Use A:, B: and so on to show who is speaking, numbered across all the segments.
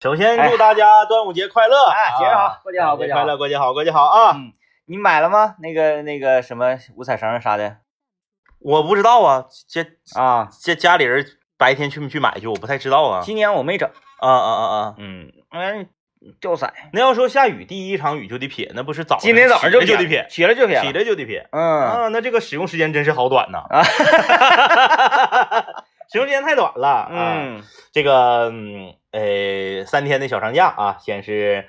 A: 首先祝大家端午节快乐，
B: 哎节日好过节好
A: 过
B: 过节
A: 快
B: 好
A: 乐，过节好，过节好啊！
B: 嗯你买了吗？那个那个什么五彩绳啥的
A: 我不知道啊，家
B: 啊？
A: 家家里人白天去没去买去，我不太知道啊。
B: 今年我没整，
A: 啊啊啊啊！
B: 嗯，嗯，掉色。
A: 那要说下雨第一场雨就得撇，那不是早上
B: 今天早上
A: 起来
B: 就
A: 就得撇，
B: 哎起了就撇了，
A: 起来就得撇。
B: 嗯，
A: 啊，那这个使用时间真是好短呐！
B: 啊
A: 使用时间太短了啊。
B: 嗯，
A: 这个嗯呃三天的小长假啊，先是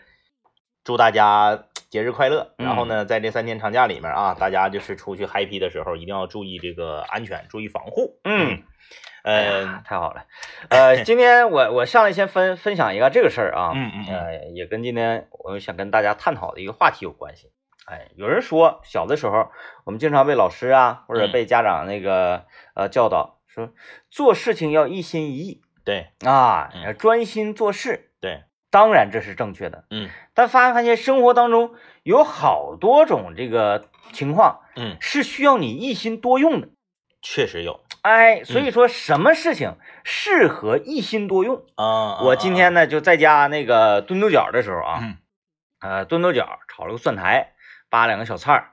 A: 祝大家节日快乐，
B: 嗯
A: 然后呢，在这三天长假里面啊，大家就是出去 happy 的时候，一定要注意这个安全，注意防护。
B: 嗯，哎呀
A: 呃，
B: 太好了。 呃，今天我我上来先分分享一个这个事儿啊，
A: 嗯嗯嗯
B: 呃，也跟今天我想跟大家探讨的一个话题有关系。哎，有人说小的时候我们经常被老师啊或者
A: 嗯
B: 被家长那个、呃教导说做事情要一心一意
A: 对
B: 啊，
A: 嗯
B: 专心做事。
A: 对，
B: 当然这是正确的，
A: 嗯
B: 但发没发现生活当中有好多种这个情况
A: 嗯，
B: 是需要你一心多用的。
A: 确实有
B: 哎，
A: 嗯
B: 所以说什么事情适合一心多用？
A: 啊。
B: 我今天呢就在家那个炖豆角的时候啊，
A: 嗯
B: 呃，炖豆角炒了个蒜苔，扒两个小菜儿。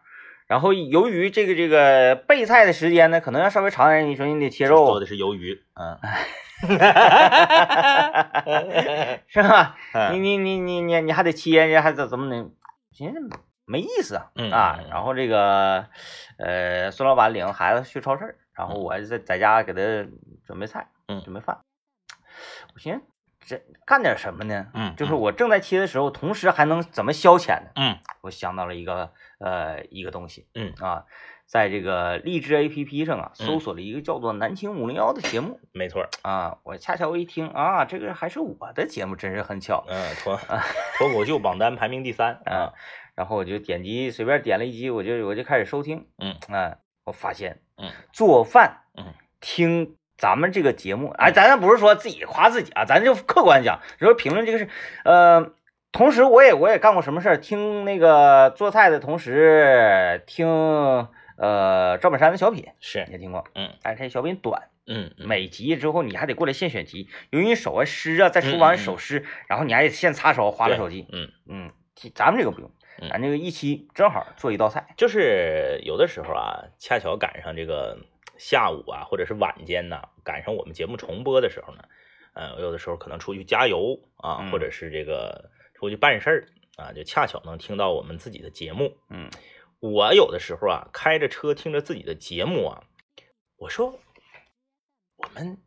B: 然后由于这个这个备菜的时间呢，可能要稍微长点，你说你得切
A: 这做
B: 肉啊
A: 的是鱿鱼，嗯，
B: 哎是吧？你
A: 嗯
B: 你你你你你还得切，你还得怎么能？寻思没意思啊
A: 嗯
B: 啊
A: 嗯嗯！
B: 然后这个呃，孙老板领孩子去超市儿，然后我在在家给他准备菜，
A: 嗯
B: 准备饭。我寻思这干点什么呢？
A: 嗯，
B: 就是我正在切的时候，同时还能怎么消遣呢？
A: 嗯
B: 我想到了一个呃一个东西，
A: 嗯
B: 啊，在这个荔枝 APP 上啊，搜
A: 嗯
B: 索了一个叫做《南青五零幺》的节目
A: 没错，
B: 啊，我恰巧我一听啊，这个还是我的节目，真是很巧
A: 嗯， 脱脱口秀榜单排名第三
B: 啊，。然后我就点击随便点了一集，我就我就开始收听，
A: 嗯
B: 啊，我发现，
A: 嗯，
B: 做饭，
A: 嗯，
B: 听。咱们这个节目，哎，咱不是说自己夸自己啊，咱就客观讲，就是评论这个事，呃，同时我也我也干过什么事儿，听那个做菜的同时听呃赵本山的小品
A: 是，
B: 也听过，
A: 嗯
B: 但是他小品短，
A: 嗯嗯
B: 每集之后你还得过来现选题，由于你手啊湿啊，在厨房
A: 嗯嗯嗯
B: 手湿，然后你还得现擦手，划拉
A: 对
B: 手机，
A: 嗯。
B: 嗯，咱们这个不用，
A: 嗯
B: 咱这个一期正好做一道菜，
A: 就是有的时候啊，恰巧赶上这个下午啊，或者是晚间呐、赶上我们节目重播的时候呢，呃，我有的时候可能出去加油啊，
B: 嗯
A: 或者是这个出去办事儿啊，就恰巧能听到我们自己的节目。
B: 嗯，
A: 我有的时候啊，开着车听着自己的节目啊，我说我们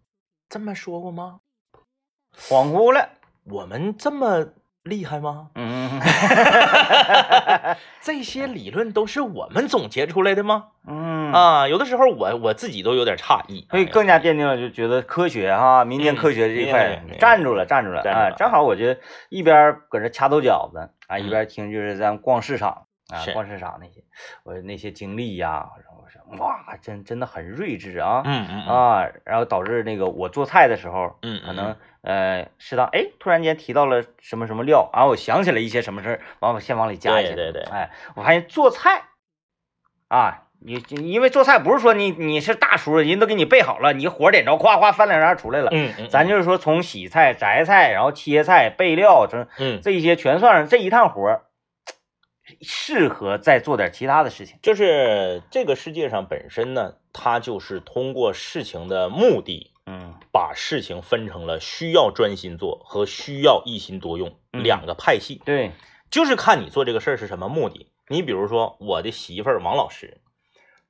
A: 这么说过吗？
B: 恍惚了，
A: 我们这么厉害吗？
B: 嗯
A: 这些理论都是我们总结出来的吗？
B: 嗯啊，
A: 啊，有的时候我我自己都有点诧异，哎
B: 所以更加奠定了就觉得科学哈，民间科学这一块
A: 嗯民间科学
B: 站住了，站住了
A: 站住
B: 啊！
A: 了
B: 正好我觉得一边搁这掐豆角子啊，
A: 嗯
B: 一边听就是咱逛市场啊
A: 是，
B: 逛市场那些我那些经历呀，然后我说哇，真真的很睿智啊
A: 嗯嗯啊，
B: 啊！然后导致那个我做菜的时候，
A: 嗯
B: 可能呃适当哎，突然间提到了什么什么料，然后我想起来一些什么事儿，完我先往里加一
A: 对
B: 些。
A: 对对，
B: 哎，我发现做菜啊，你因为做菜不是说你你是大厨，人都给你备好了，你火点着，夸夸翻两张出来了。
A: 嗯嗯，
B: 咱就是说从洗菜、择菜，然后切菜、备料，这
A: 嗯，
B: 这一些全算上这一趟活儿，适合再做点其他的事情。
A: 就是这个世界上本身呢，它就是通过事情的目的，
B: 嗯
A: 把事情分成了需要专心做和需要一心多用
B: 嗯
A: 两个派系，
B: 对，
A: 就是看你做这个事儿是什么目的。你比如说我的媳妇儿王老师，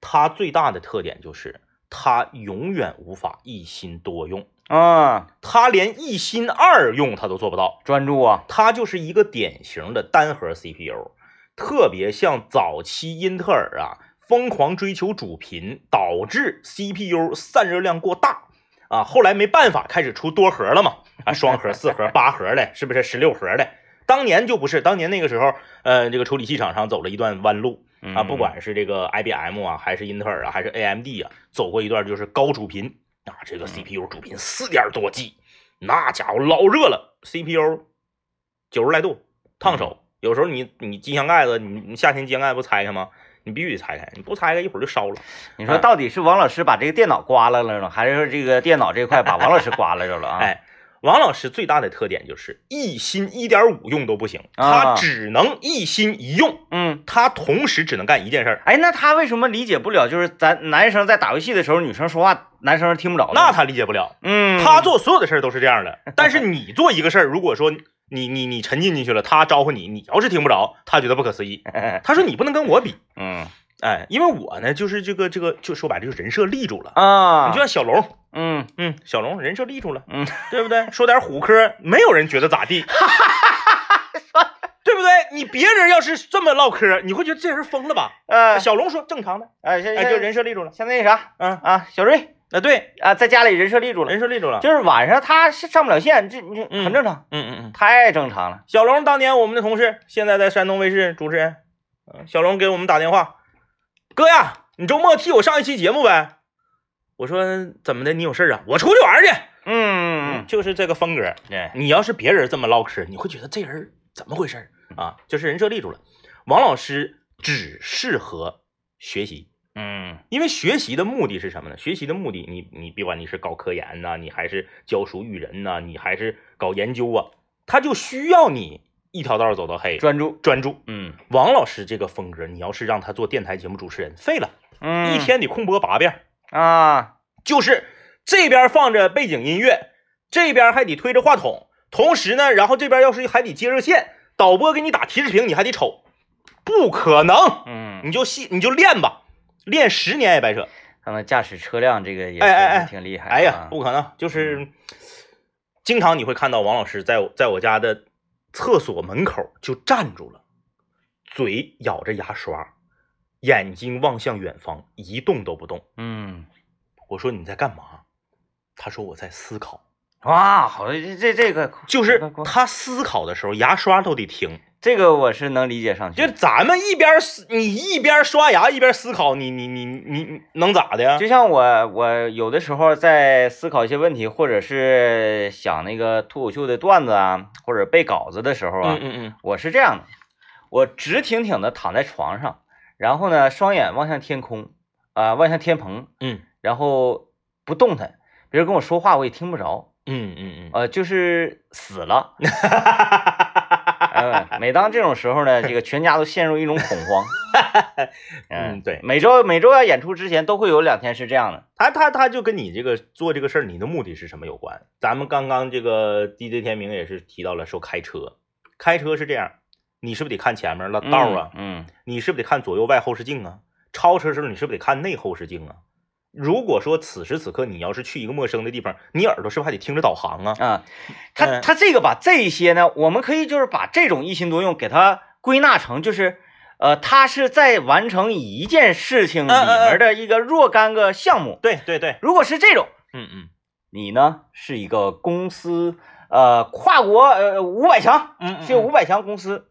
A: 她最大的特点就是她永远无法一心多用，
B: 啊，
A: 她连一心二用她都做不到。
B: 专注啊，
A: 它就是一个典型的单核 CPU，特别像早期英特尔啊疯狂追求主频，导致 CPU 散热量过大啊。后来没办法，开始出多核了嘛，啊，双核、四核、八核的，是不是十六核的？当年就不是，当年那个时候，呃，这个处理器厂商走了一段弯路啊，
B: 嗯
A: 不管是这个 IBM 啊，还是英特尔啊，还是 AMD 啊，走过一段就是高主频啊，这
B: 嗯
A: 个 CPU 主频四点多 G，那家伙老热了，CPU 九十来度，
B: 嗯
A: 烫手。有时候你你机箱盖子，你你夏天机箱盖子不拆开吗？你必须得拆开，你不拆开一会儿就烧了。
B: 你说到底是王老师把这个电脑刮了了呢，还是说这个电脑这块把王老师刮了着了啊？
A: 哎，王老师最大的特点就是一心一点五用都不行，他
B: 啊
A: 只能一心一用，
B: 嗯，
A: 他同时只能干一件事儿，
B: 哎，那他为什么理解不了？就是咱男生在打游戏的时候，女生说话，男生是听不着的。
A: 那他理解不了。
B: 嗯，
A: 他做所有的事儿都是这样的，但是你做一个事儿，如果说你你你沉浸进去了，他招呼你，你要是听不着，他觉得不可思议。他说你不能跟我比，
B: 嗯
A: 哎，因为我呢就是这个这个，就说白了就是人设立住了。
B: 啊，
A: 你就像小龙，
B: 嗯
A: 嗯，小龙人设立住了，
B: 嗯，
A: 对不对？说点虎科，没有人觉得咋地，对不对？你别人要是这么唠嗑，你会觉得这人疯了吧？
B: 呃，
A: 小龙说正常的，
B: 哎，现
A: 哎，
B: 现
A: 就人设立住了，
B: 现在那啥
A: 嗯，
B: 啊，小瑞
A: 啊对，
B: 啊，在家里人设立住了，
A: 人设立住了，
B: 就是晚上他是上不了线，这这
A: 嗯
B: 很正常，
A: 嗯嗯嗯。
B: 太正常了。
A: 小龙当年我们的同事，现在在山东卫视主持人。呃小龙给我们打电话，哥呀，你周末替我上一期节目呗？我说怎么的？你有事儿啊？我出去玩儿去。
B: 嗯，
A: 就是这个风格。
B: 对，
A: 你要是别人这么唠嗑，你会觉得这人怎么回事儿啊？就是人设立住了。王老师只适合学习，
B: 嗯
A: 因为学习的目的是什么呢？学习的目的，你你别管你是搞科研呐、你还是教书育人呐、你还是搞研究啊，他就需要你一条道儿走到黑，专
B: 专注，
A: 专注。
B: 嗯
A: 王老师这个风格，你要是让他做电台节目主持人，废了，
B: 嗯，
A: 一天得空播八遍儿，
B: 啊，
A: 就是这边放着背景音乐，这边还得推着话筒，同时呢，然后这边要是还得接热线，导播给你打提示屏，你还得瞅，不可能，
B: 嗯，
A: 你就细你就练吧，练十年也白扯。
B: 他们驾驶车辆这个也
A: 哎哎哎
B: 确实挺厉害的啊。
A: 哎呀，不可能！就是经常你会看到王老师在我在我家的厕所门口就站住了，嘴咬着牙刷，眼睛望向远方，一动都不动。
B: 嗯，
A: 我说你在干嘛？他说我在思考。
B: 哇，好，这这这个
A: 就是他思考的时候，牙刷都得停。
B: 这个我是能理解上去
A: 就
B: 的。
A: 咱们一边思你一边刷牙一边思考，你你你你你能咋的呀？
B: 就像我，我有的时候在思考一些问题，或者是想那个脱口秀的段子啊，或者背稿子的时候啊，
A: 嗯嗯嗯，
B: 我是这样的，我直挺挺的躺在床上，然后呢，双眼望向天空，啊、望向天棚，
A: 嗯，
B: 然后不动弹，别人跟我说话我也听不着，
A: 嗯嗯嗯，
B: 呃，就是死了。哎，每当这种时候呢，这个全家都陷入一种恐慌。呃
A: 嗯对
B: 每周每周要演出之前都会有两天是这样的。
A: 他他他就跟你这个做这个事儿，你的目的是什么有关。咱们刚刚这个 DJ 天明也是提到了说开车，开车是这样，你是不是得看前面了道啊？
B: 嗯，
A: 你是不是得看左右外后视镜啊？超车时候你是不是得看内后视镜啊？如果说此时此刻你要是去一个陌生的地方，你耳朵是不是还得听着导航啊？
B: 嗯啊，他
A: 嗯
B: 他这个吧，这一些呢，我们可以就是把这种一心多用给它归纳成就是。呃，他是在完成一件事情里
A: 嗯嗯
B: 面的一个若干个项目。
A: 对对对，
B: 如果是这种，
A: 嗯嗯
B: 你呢是一个公司，呃，跨国呃五百强，
A: 嗯
B: 是五百强公司，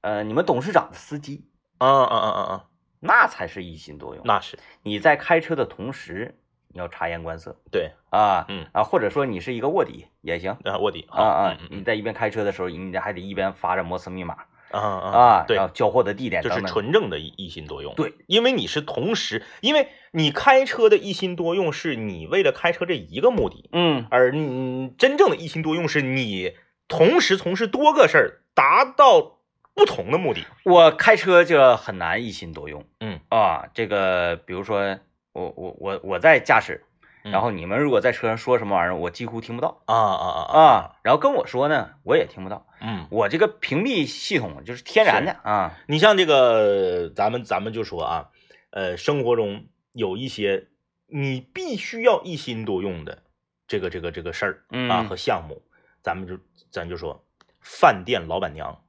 B: 呃，你们董事长的司机，
A: 嗯嗯嗯嗯嗯，
B: 那才是一心多用。
A: 那是
B: 你在开车的同时，你要察言观色
A: 对
B: 啊，
A: 嗯
B: 啊，或者说你是一个卧底也行
A: 啊，卧底
B: 啊啊，
A: 嗯
B: 你在一边开车的时候，你还得一边发着摩斯密码
A: 啊
B: 啊，
A: 对
B: 然，后交货的地点
A: 就
B: 等
A: 是
B: 等，
A: 纯正的一一心多用。
B: 对，
A: 因为你是同时，因为你开车的一心多用是你为了开车这一个目的，
B: 嗯
A: 而你真正的一心多用是你同时从事多个事儿，达到不同的目的。
B: 我开车就很难一心多用，
A: 嗯
B: 啊，这个比如说我我我我在驾驶，
A: 嗯
B: 然后你们如果在车上说什么玩意儿，我几乎听不到
A: 啊啊啊！
B: 啊，然后跟我说呢，我也听不到，
A: 嗯，
B: 我这个屏蔽系统就是天然的啊，
A: 你像这个，咱们咱们就说啊，呃，生活中有一些你必须要一心多用的这个这个这个事儿啊
B: 嗯
A: 和项目，咱们就咱就说饭店老板娘，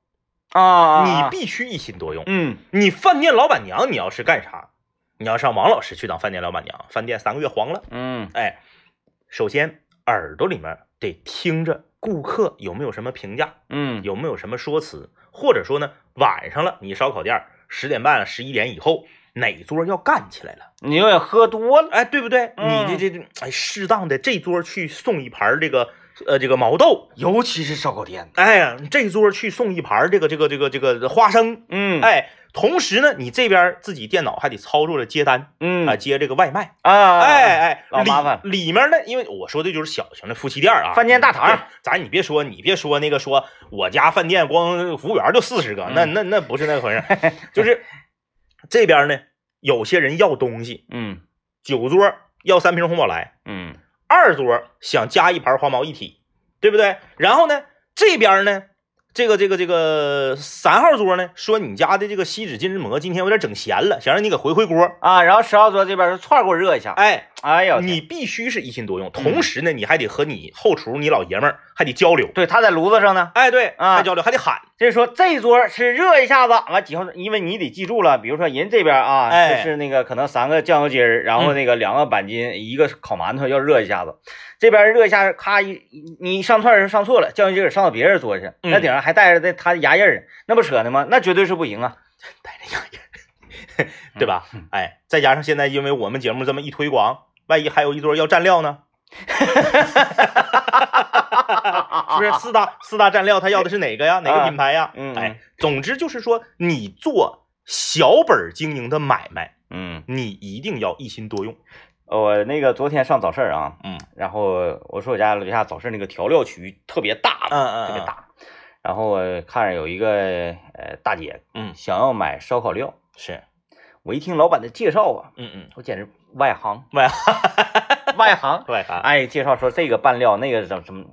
B: 啊啊，
A: 你
B: 啊
A: 必须一心多用。
B: 嗯
A: 你饭店老板娘，你要是干啥？你要上王老师去当饭店老板娘，饭店三个月黄了。
B: 嗯
A: 哎，首先耳朵里面得听着顾客有没有什么评价，
B: 嗯
A: 有没有什么说辞，或者说呢，晚上了，你烧烤店十点半、十一点以后哪桌要干起来了？
B: 你又喝多了，
A: 哎，对不对？
B: 嗯
A: 你这这这，哎，适当的这桌去送一盘这个呃，这个毛豆，
B: 尤其是烧烤店，
A: 哎呀，这桌去送一盘这个这个这个这个花生，
B: 嗯
A: 哎，同时呢，你这边自己电脑还得操作着接单
B: 嗯
A: 啊，接这个外卖，
B: 啊，
A: 哎哎，
B: 老麻烦
A: 里里面呢，因为我说的就是小型的夫妻店啊，
B: 饭店大堂
A: 对，咱你别说，你别说那个说我家饭店光服务员就四十
B: 嗯
A: 个，那那那不是那回事儿，就是这边呢，有些人要东西，
B: 嗯
A: 酒桌要三瓶红宝来，
B: 嗯
A: 二桌想加一盘花毛一体，对不对？然后呢，这边呢，这个这个这个三号桌呢，说你家的这个锡纸金针蘑今天有点整咸了，想让你给回回锅。
B: 啊，然后十号桌这边说串儿给我热一下，
A: 哎，
B: 哎呦，
A: 你必须是一心多用，同时呢，你还得和你后厨你老爷们儿还得交流。
B: 对他在炉子上呢，
A: 哎，对，
B: 啊
A: 还交流还得喊。
B: 这说这桌是热一下子，完几号，因为你得记住了，比如说人这边啊，
A: 哎嗯
B: 就是那个可能三个酱油鸡儿，然后那个两个板筋，一个烤馒头要热一下子，这边热一下，咔一你上串儿上错了，酱油鸡儿上到别人桌去，
A: 嗯
B: 那顶上还带着那他的牙印儿呢，那不扯呢吗？那绝对是不行啊！
A: 哎带着牙印儿，对吧？哎，再加上现在因为我们节目这么一推广，万一还有一桌要蘸料呢？ 是不是四大四大蘸料他要的是哪个呀？哪个品牌呀？
B: 嗯嗯
A: 哎，总之就是说，你做小本经营的买卖，
B: 嗯，
A: 你一定要一心多用。
B: 我那个昨天上早市儿啊，
A: 嗯
B: 然后我说我家楼下早市那个调料区特别大嘛，
A: 嗯嗯
B: 特别
A: 嗯
B: 大，然后我看着有一个呃大姐，
A: 嗯
B: 想要买烧烤料。
A: 是，
B: 我一听老板的介绍啊，
A: 嗯嗯，
B: 我简直外行，
A: 外
B: 行，外行。
A: 外行，
B: 哎，介绍说这个拌料，那个怎么怎么，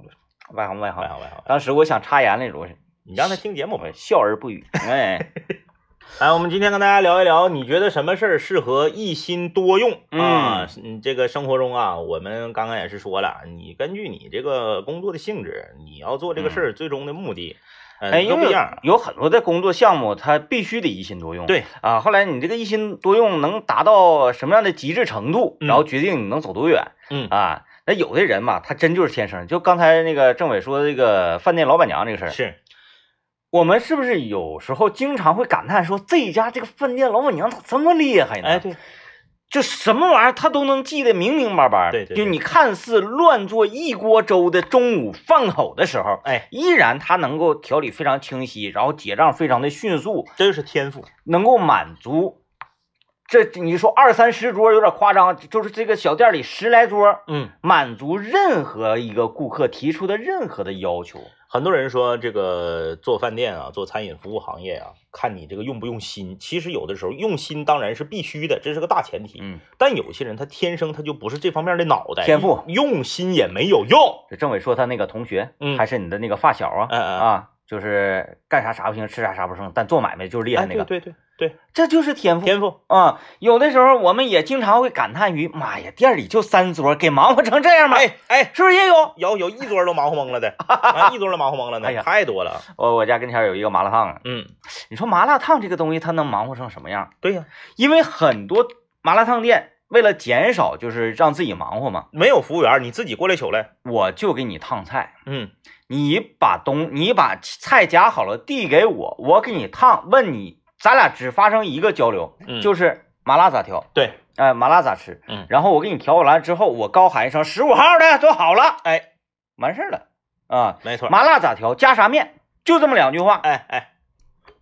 B: 外行外
A: 外
B: 行。
A: 行，外行，
B: 当时我想插言那种，
A: 你让他听节目
B: 我
A: 呗。
B: 笑而不语。哎，
A: 来，我们今天跟大家聊一聊，你觉得什么事儿适合一心多用啊？你这个生活中啊，我们刚刚也是说了，你根据你这个工作的性质，你要做这个事儿最终的目的，嗯
B: 哎，
A: 都
B: 因
A: 不
B: 为
A: 一样。
B: 有很多的工作项目，它必须得一心多用。
A: 对
B: 啊，后来你这个一心多用能达到什么样的极致程度，
A: 嗯
B: 然后决定你能走多远。
A: 嗯
B: 啊，那有的人嘛，他真就是天生。就刚才那个政委说的这个饭店老板娘这个事儿，
A: 是，
B: 我们是不是有时候经常会感叹说，这家这个饭店老板娘咋这么厉害呢？
A: 哎，，对，
B: 就什么玩意儿她都能记得明明白白。
A: 对对对
B: 就你看似乱做一锅粥的中午饭口的时候，
A: 哎，
B: 依然她能够条理非常清晰，然后结账非常的迅速，
A: 这就是天赋。
B: 能够满足。这你说二三十桌有点夸张，就是这个小店里十来桌，
A: 嗯，
B: 满足任何一个顾客提出的任何的要求。
A: 很多人说这个做饭店啊，做餐饮服务行业啊，看你这个用不用心。其实有的时候用心当然是必须的，这是个大前提。
B: 嗯，
A: 但有些人他天生他就不是这方面的脑袋，
B: 天赋
A: 用心也没有用。
B: 这政委说他那个同学，
A: 嗯
B: 还是你的那个发小啊，
A: 嗯嗯
B: 啊，就是干啥啥不行，吃啥啥不剩，但做买卖就是厉害
A: 哎，
B: 那个，
A: 对对对对，
B: 这就是天赋
A: 天赋。
B: 啊。有的时候我们也经常会感叹于，妈呀，店里就三桌，给忙活成这样吗？
A: 哎哎，
B: 是不是也有？
A: 有有一桌都忙活懵了的，啊，一桌都忙活懵了
B: 哎
A: 的，
B: 呀
A: 太多了。
B: 我我家跟前有一个麻辣烫啊，
A: 嗯，
B: 你说麻辣烫这个东西它能忙活成什么样？
A: 对呀，
B: 因为很多麻辣烫店为了减少就是让自己忙活嘛，
A: 没有服务员，你自己过来取来。
B: 我就给你烫菜，
A: 嗯，
B: 你把东你把菜夹好了递给我，我给你烫，问你，咱俩只发生一个交流，
A: 嗯
B: 就是麻辣咋调，
A: 对，
B: 哎、麻辣咋吃，
A: 嗯
B: 然后我给你调好完之后，我高喊一声十五号的都好了，
A: 哎，
B: 完事儿了啊，
A: 没错。
B: 麻辣咋调，加啥面，就这么两句话。
A: 哎哎，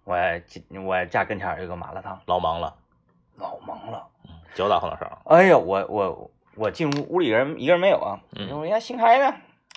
B: 我我家跟前儿有个麻辣烫，
A: 老忙了，嗯
B: 老忙了，
A: 脚打后脑勺。
B: 哎呀，我我我进屋屋里人一个人没有啊，
A: 嗯
B: 我家新开的，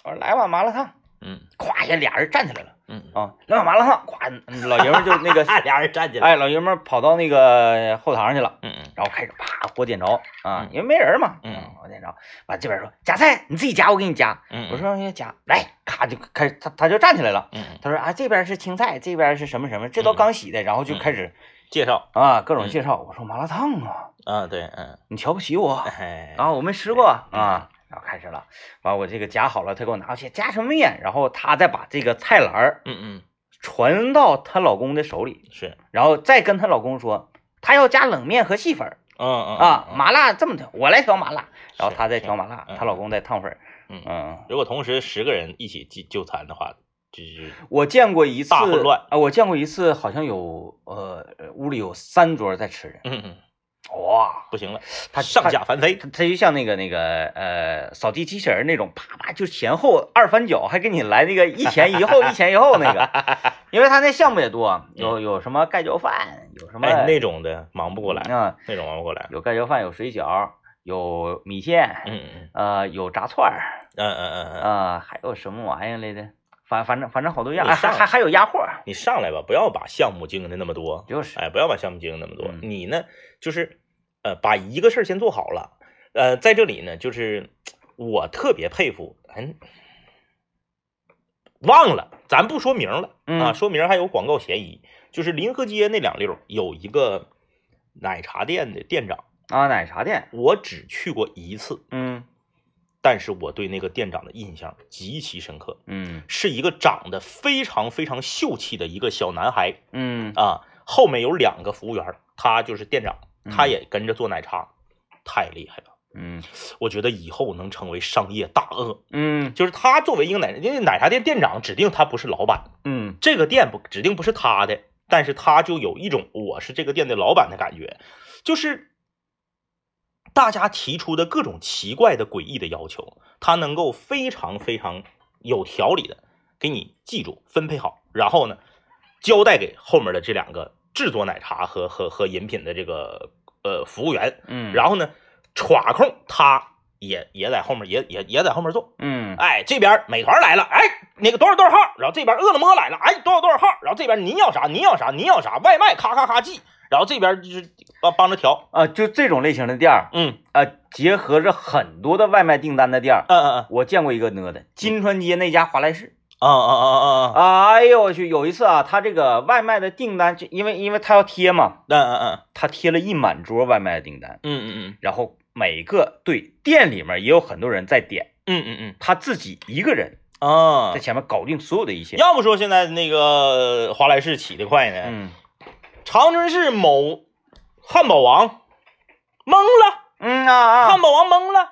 B: 我说来碗麻辣烫，
A: 嗯
B: 咵一下俩人站起来了
A: 嗯，
B: 啊，来碗麻辣烫，咵老爷们儿就那 个
A: 俩人站起来。
B: 哎，老爷们儿跑到那个后堂去了，
A: 嗯嗯
B: 然后开始啪火点着啊
A: 嗯，
B: 因为没人嘛，
A: 嗯
B: 火点着，完这边说夹菜，你自己夹，我给你夹。
A: 嗯，
B: 我，说要夹，来，咔就开始，他他就站起来了。
A: 嗯嗯，
B: 他说啊，这边是青菜，这边是什么什么，这都刚洗的，然后就开始
A: 介绍
B: 啊各种
A: 嗯
B: 介绍。我说麻辣烫啊，
A: 啊，对，嗯，
B: 你瞧不起我
A: 哎，嗯
B: 啊，我没吃过啊。然后开始了，完我这个夹好了，他给我拿过去，夹什么面？然后他再把这个菜篮儿
A: 嗯嗯，
B: 传到她老公的手里，
A: 是，
B: 然后再跟她老公说，她要加冷面和细粉儿
A: 嗯嗯
B: 啊，？麻辣这么调，我来调麻辣，然后她再
A: 是
B: 调麻辣
A: 嗯，
B: 她老公再烫粉儿。
A: 嗯
B: 嗯，
A: 如果同时十个人一起就就餐的话，就是
B: 我见过一次
A: 大混乱
B: 啊，我见过一次，好像有呃屋里有三桌在吃人，
A: 嗯嗯，
B: 哇、哇，
A: 不行了，
B: 它
A: 上下翻飞，哎
B: 它它就像那个那个呃扫地机器人那种，啪啪就前后二翻脚，还给你来那个一前一后一前一后 那个，因为它那项目也多，有有什么盖浇饭，有什么
A: 嗯哎，那种的忙不过来，
B: 啊，
A: 那种忙不过来。
B: 有盖浇饭，有水饺，有米线，
A: 嗯嗯
B: 呃，有炸串儿，
A: 嗯嗯嗯嗯嗯，
B: 啊，还有什么玩意儿来的，反反正反正好多样，
A: 有
B: 哎还
A: 上
B: 还还有鸭货儿，
A: 你上来吧，不要把项目经营的那么多，
B: 就是
A: 哎，不要把项目经营那么多。
B: 嗯
A: 你呢，就是呃，把一个事儿先做好了。呃，在这里呢，就是我特别佩服，嗯，忘了，咱不说名了啊，
B: 嗯
A: 说名还有广告嫌疑。就是临河街那两溜儿有一个奶茶店的店长，
B: 啊奶茶店，
A: 我只去过一次，
B: 嗯
A: 但是我对那个店长的印象极其深刻，
B: 嗯
A: 是一个长得非常非常秀气的一个小男孩，
B: 嗯
A: 啊，后面有两个服务员儿，他就是店长，他
B: 嗯
A: 也跟着做奶茶，太厉害了。
B: 嗯
A: 我觉得以后能成为商业大鳄，
B: 嗯
A: 就是他作为一个奶，因为奶茶店店长指定他不是老板，
B: 嗯
A: 这个店不指定不是他的，但是他就有一种我是这个店的老板的感觉，就是大家提出的各种奇怪的、诡异的要求，他能够非常非常有条理的给你记住、分配好，然后呢，交代给后面的这两个制作奶茶和和和饮品的这个呃服务员，
B: 嗯，
A: 然后呢，歘控他也也在后面也也也在后面做，
B: 嗯
A: 哎，这边美团来了，哎，那个多少多少号，然后这边饿了么来了，哎，多少多少号，然后这边您要啥您要啥您要啥，外卖咔咔咔寄，然后这边就是帮帮着调，
B: 啊，就这种类型的店儿，
A: 嗯
B: 啊，结合着很多的外卖订单的店儿，
A: 嗯嗯
B: 我见过一个呢的，金川街那家华莱士。
A: 嗯嗯嗯
B: 哎呦我去！有一次啊，他这个外卖的订单，就因为因为他要贴嘛，
A: 嗯嗯
B: 他贴了一满桌外卖的订单，
A: 嗯嗯
B: 然后每个对店里面也有很多人在点，
A: 嗯嗯嗯
B: 他自己一个人
A: 嗯啊
B: 在！前面搞定所有的一切。
A: 要不说现在那个华莱士起得快呢，
B: 嗯
A: 长春市某汉堡王懵了，
B: 嗯啊啊
A: 汉，堡王懵了。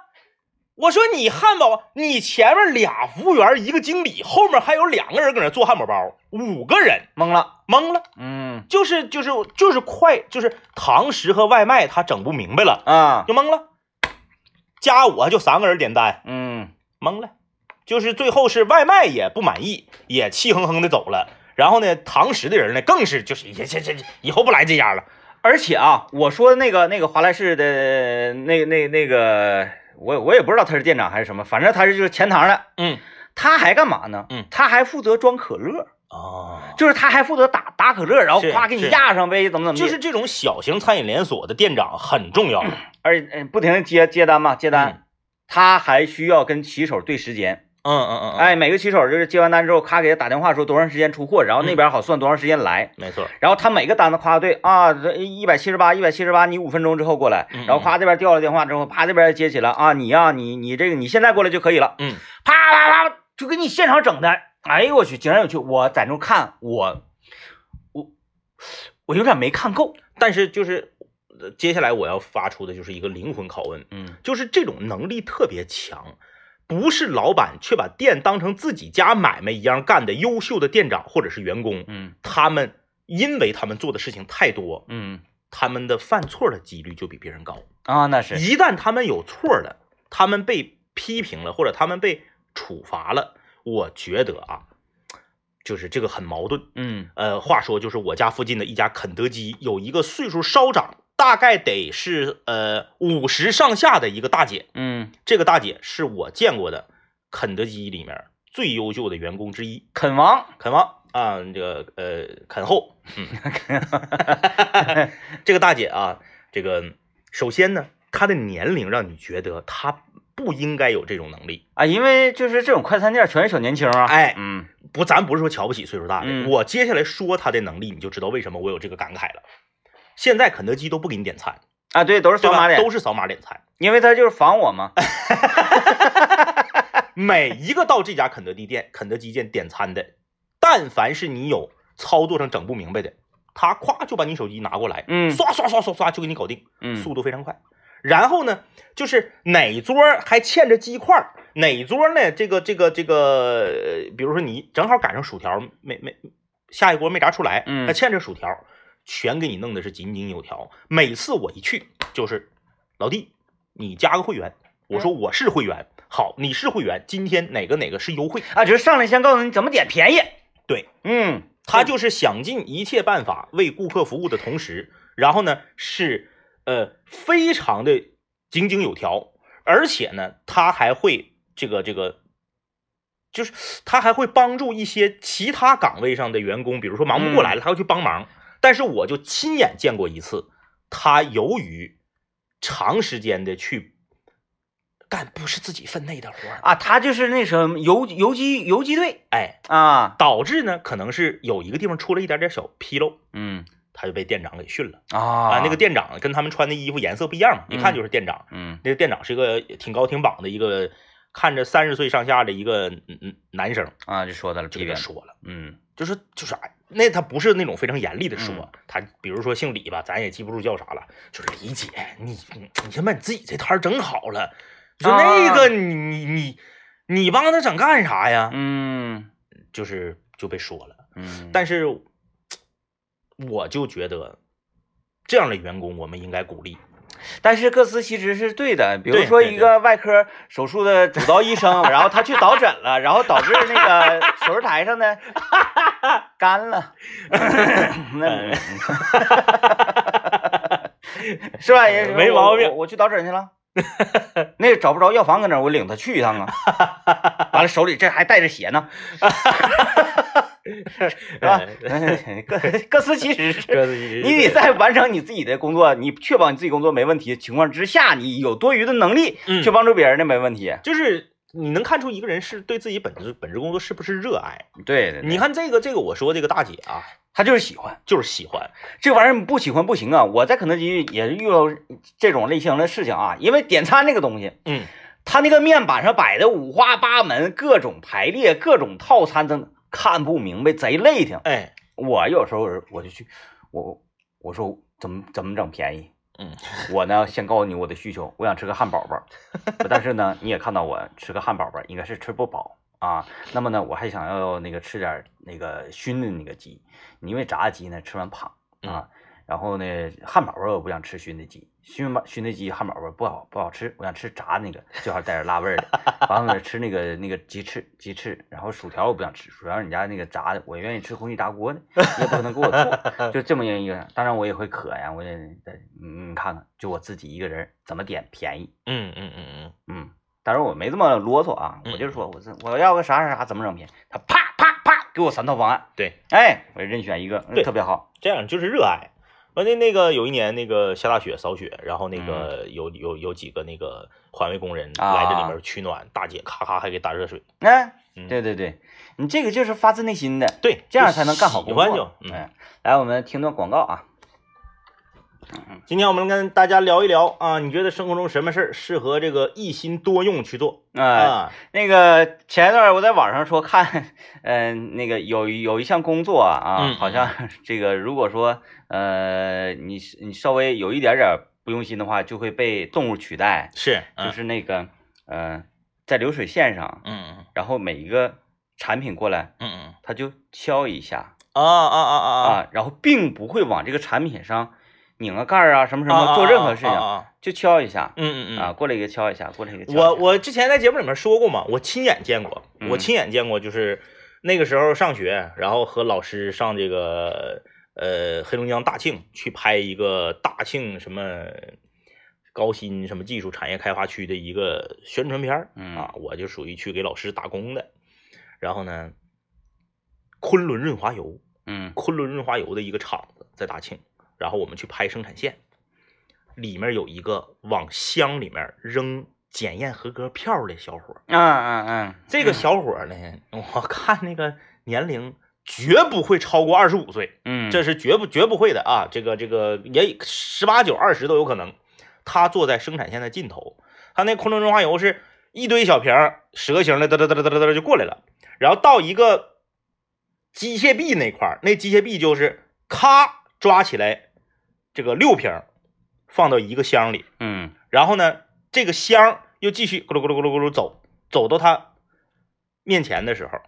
A: 我说你汉堡，你前面俩服务员，一个经理，后面还有两个人搁那做汉堡包，五个人
B: 懵了。
A: 懵了，
B: 嗯
A: 就是就是就是快，就是堂食和外卖他整不明白了，
B: 啊
A: 就懵了。加我就三个人点单，
B: 嗯
A: 懵了，就是最后是外卖也不满意，也气哼哼的走了。然后呢，堂食的人呢，更是就是也这这以后不来这家了。
B: 而且啊，我说的那个那个华莱士的那那那个，我我也不知道他是店长还是什么，反正他是就是前堂的。
A: 嗯，
B: 他还干嘛呢？
A: 嗯
B: 他还负责装可乐，
A: 哦，
B: 就是他还负责打打可乐，然后
A: 是
B: 夸给你
A: 是
B: 压上呗，怎么怎么地
A: 就是这种小型餐饮连锁的店长很重要。
B: 而且呃不停的接接单嘛，接单，
A: 嗯
B: 他还需要跟骑手对时间。
A: 嗯嗯嗯哎，
B: 哎，每个骑手就是接完单之后，咔给他打电话说多长时间出货，然后
A: 嗯
B: 那边好算多长时间来。
A: 没错，
B: 然后他每个单子夸对啊，一百七十八，一百七十八，你五分钟之后过来
A: 嗯嗯，
B: 然后夸这边掉了电话之后，啪这边接起来啊，你呀、你你这个你现在过来就可以了，
A: 嗯，
B: 啪啪啪就给你现场整的，哎呦我去，井然有趣，我在那看我我我有点没看够，
A: 但是就是呃接下来我要发出的就是一个灵魂拷问，
B: 嗯
A: 就是这种能力特别强，不是老板却把店当成自己家买卖一样干的优秀的店长或者是员工，
B: 嗯
A: 他们因为他们做的事情太多，
B: 嗯
A: 他们的犯错的几率就比别人高。
B: 啊那是，
A: 一旦他们有错了，他们被批评了，或者他们被处罚了，我觉得啊，就是这个很矛盾。
B: 嗯
A: 呃，话说就是我家附近的一家肯德基有一个岁数稍长，大概得是呃五十上下的一个大姐，
B: 嗯，
A: 这个大姐是我见过的肯德基里面最优秀的员工之一，
B: 肯王，
A: 肯王啊，这个呃肯后， 嗯，这个大姐啊，这个首先呢，她的年龄让你觉得她不应该有这种能力，
B: 啊，因为就是这种快餐店全是小年轻啊。
A: 哎
B: 嗯
A: 不，咱不是说瞧不起岁数大的，
B: 嗯
A: 我接下来说他的能力，你就知道为什么我有这个感慨了。现在肯德基都不给你点餐，
B: 啊，对，都是
A: 对
B: 扫
A: 吧？
B: 码脸
A: 都，是哎扫码点餐。
B: 因为他就是防我嘛。
A: 每一个到这家肯德基店、 肯德基店点餐的，但凡是你有操作上整不明白的，他咵就把你手机拿过来，
B: 嗯
A: 刷刷刷刷刷就给你搞定，
B: 嗯
A: 速度非常快。然后呢，就是哪桌还欠着鸡块儿，哪桌呢？这个这个这个，呃比如说你正好赶上薯条没没下一锅没炸出来，
B: 嗯
A: 还欠着薯条，全给你弄的是井井有条。每次我一去，就是老弟，你加个会员。我
B: 嗯
A: 说我是会员，好，你是会员，今天哪个哪个是优惠？
B: 啊，就是上来先告诉你怎么点便宜。
A: 对，
B: 嗯，
A: 他就是想尽一切办法为顾客服务的同时，然后呢是呃非常的井井有条，而且呢他还会这个这个，就是他还会帮助一些其他岗位上的员工，比如说忙不过来了，他要去帮忙。但是我就亲眼见过一次，他由于长时间的去干不是自己分内的活儿，
B: 啊，他就是那什么游游击游击队
A: 哎，
B: 啊，
A: 导致呢可能是有一个地方出了一点点小纰漏，
B: 嗯
A: 他就被店长给训了。
B: 啊
A: 啊，那个店长跟他们穿的衣服颜色不一样嘛，一看就是店长。
B: 嗯
A: 那个店长是一个挺高挺膀的一个，看着三十岁上下的一个嗯嗯男生，
B: 啊，就说他了，
A: 就
B: 批
A: 给他
B: 评，
A: 说了，
B: 嗯
A: 就是就是哎，那他不是那种非常严厉的说，他比如说姓李吧，咱也记不住叫啥了，就是李姐，你你你先把你自己这摊儿整好了，你说那
B: 啊
A: 个你你你你帮他整干啥呀？
B: 嗯
A: 就是就被说了。
B: 嗯，
A: 但是我就觉得这样的员工我们应该鼓励。
B: 但是各司其职是对的，比如
A: 对
B: 说
A: 对
B: 一个外科手术的主刀医 生，然后他去导诊了，然后导致那个手术台 上呢干了，那
A: 哎
B: 是吧？也
A: 哎没毛病
B: 我我我去导诊 去了，那找不着药房搁哪儿，我领他去 一趟啊。完了手里这还带着血呢，是吧？
A: 哎
B: 哎各各司其职是。你得在完成你自己的工作，你确保你自己工作没问题的情况之下，你有多余的能力
A: 嗯
B: 去帮助别人的没问题。
A: 就是你能看出一个人是对自己本职本职工作是不是热爱。
B: 对对，对
A: 你看这个这个，我说这个大姐啊，
B: 他就是喜欢
A: 就是喜欢，
B: 这玩意儿，不喜欢不行啊！我在肯德基也遇到这种类型的事情啊，因为点餐这个东西，
A: 嗯，
B: 他那个面板上摆的五花八门，各种排列，各种套餐，真的看不明白，贼累挺。
A: 哎，
B: 我有时候我就去，我我说怎么怎么整便宜？
A: 嗯，
B: 我呢先告诉你我的需求，我想吃个汉堡包，但是呢你也看到我吃个汉堡包应该是吃不饱啊。那么呢我还想要那个吃点儿那个熏的那个鸡，因为炸鸡呢吃完胖啊。然后呢汉堡包我不想吃熏的鸡，熏吧熏的鸡汉堡包不好不好吃，我想吃炸那个，最好带点辣味儿的。完了吃那个那个鸡翅，鸡翅，然后薯条我不想吃，薯条你家那个炸的，我愿意吃红旗炸锅的，你也不可能给我 做，就这么一个。当然我也会渴呀，我也得嗯你你看看，就我自己一个人怎么点便宜，
A: 嗯嗯嗯
B: 嗯，当然我没这么啰嗦啊，我就说我这我要个啥啥啥怎么整便宜，他啪啪啪给我三套方案
A: 嗯，，对，
B: 哎，我任选一个，
A: 对
B: 特别好，
A: 这样就是热爱。完那那个有一年那个下大雪扫雪，然后那
B: 嗯
A: 个有有有几个那个环卫工人来这里面取暖，大姐咔咔还给打热水，
B: 哎，
A: 嗯
B: 对对对，你这个就是发自内心的，
A: 对，
B: 这样才能干好工
A: 喜欢
B: 作
A: 就，嗯，
B: 哎，来我们听段广告啊。
A: 今天我们跟大家聊一聊啊，你觉得生活中什么事儿适合这个一心多用去做
B: 啊、
A: 啊？
B: 那个前一段我在网上说看，嗯、那个有有一项工作啊，啊
A: 嗯
B: 好像这个如果说呃你你稍微有一点点不用心的话，就会被动物取代，
A: 是，嗯
B: 就是那个呃在流水线上，
A: 嗯
B: 然后每一个产品过来，
A: 嗯嗯
B: 它就敲一下
A: 啊啊啊啊啊！
B: 啊，然后并不会往这个产品上拧个盖儿啊什么什么做任何事
A: 啊
B: 情，
A: 啊啊
B: 就敲一下
A: 嗯嗯
B: 啊，
A: 嗯。
B: 过来一个敲一下，过来一个敲一下，
A: 我我之前在节目里面说过嘛，我亲眼见过，
B: 嗯
A: 我亲眼见过，就是那个时候上学，然后和老师上这个呃黑龙江大庆去拍一个大庆什么高新什么技术产业开发区的一个宣传片儿
B: 嗯
A: 啊，我就属于去给老师打工的。然后呢，昆仑润滑油，
B: 嗯
A: 昆仑润滑油的一个厂子在大庆，然后我们去拍生产线，里面有一个往箱里面扔检验合格票的小伙儿，
B: 嗯嗯嗯，
A: 这个小伙儿呢，我看那个年龄绝不会超过二十五岁，
B: 嗯
A: 这是绝不绝不会的啊！这个这个也十八九、二十都有可能。他坐在生产线的尽头，他那昆仑润滑油是一堆小瓶儿蛇形的，哒哒哒哒哒哒就过来了，然后到一个机械臂那块儿，那机械臂就是咔抓起来这个六瓶儿，放到一个箱里，
B: 嗯
A: 然后呢，这个箱又继续咕噜咕噜咕噜咕噜走，走到他面前的时候，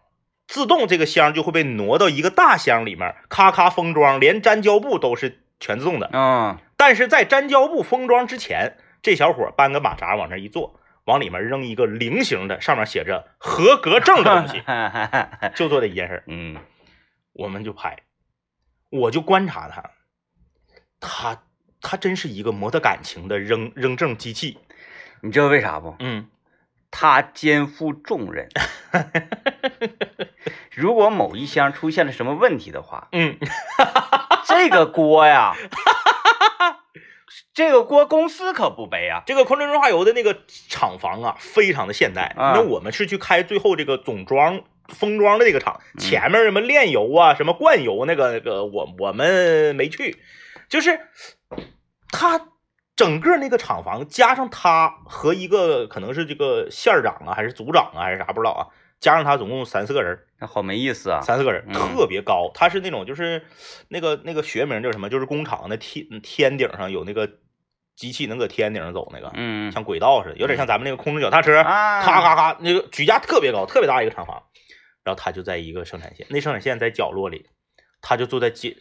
A: 自动这个箱就会被挪到一个大箱里面，咔咔封装，连粘胶布都是全自动的。
B: 嗯，
A: 但是在粘胶布封装之前，这小伙搬个马扎往那一坐，往里面扔一个菱形的，上面写着“合格证”的东西
B: 嗯
A: 就做这一件事儿。
B: 嗯
A: 我们就拍，我就观察他，他他真是一个没得感情的扔扔证机器。
B: 你知道为啥不？
A: 嗯
B: 他肩负 重任。如果某一箱出现了什么问题的话，
A: 嗯，
B: 这个锅呀， 这个锅公司可不背啊。
A: 这个昆仑中化油的那个厂房啊，非常的现代。
B: 啊
A: 那我们是去开最后这个总装封装的那个厂，
B: 嗯
A: 前面什么炼油啊、什么灌油那个那个，我我们没去。就是他整个那个厂房，加上他和一个可能是这个县儿长啊，还是组长啊，还是啥不知道啊，加上他总共三四个人儿。
B: 那好没意思啊。
A: 三四个人，
B: 嗯
A: 特别高。他是那种就是那个那个学名叫什么？就是工厂那天嗯天顶上有那个机器能搁天顶上走那个，
B: 嗯
A: 像轨道似的，有点像咱们那个空中脚踏车，
B: 啊，
A: 咔咔咔，那个举架特别高，特别大一个厂房。然后他就在一个生产线，那生产线在角落里，他就坐在街，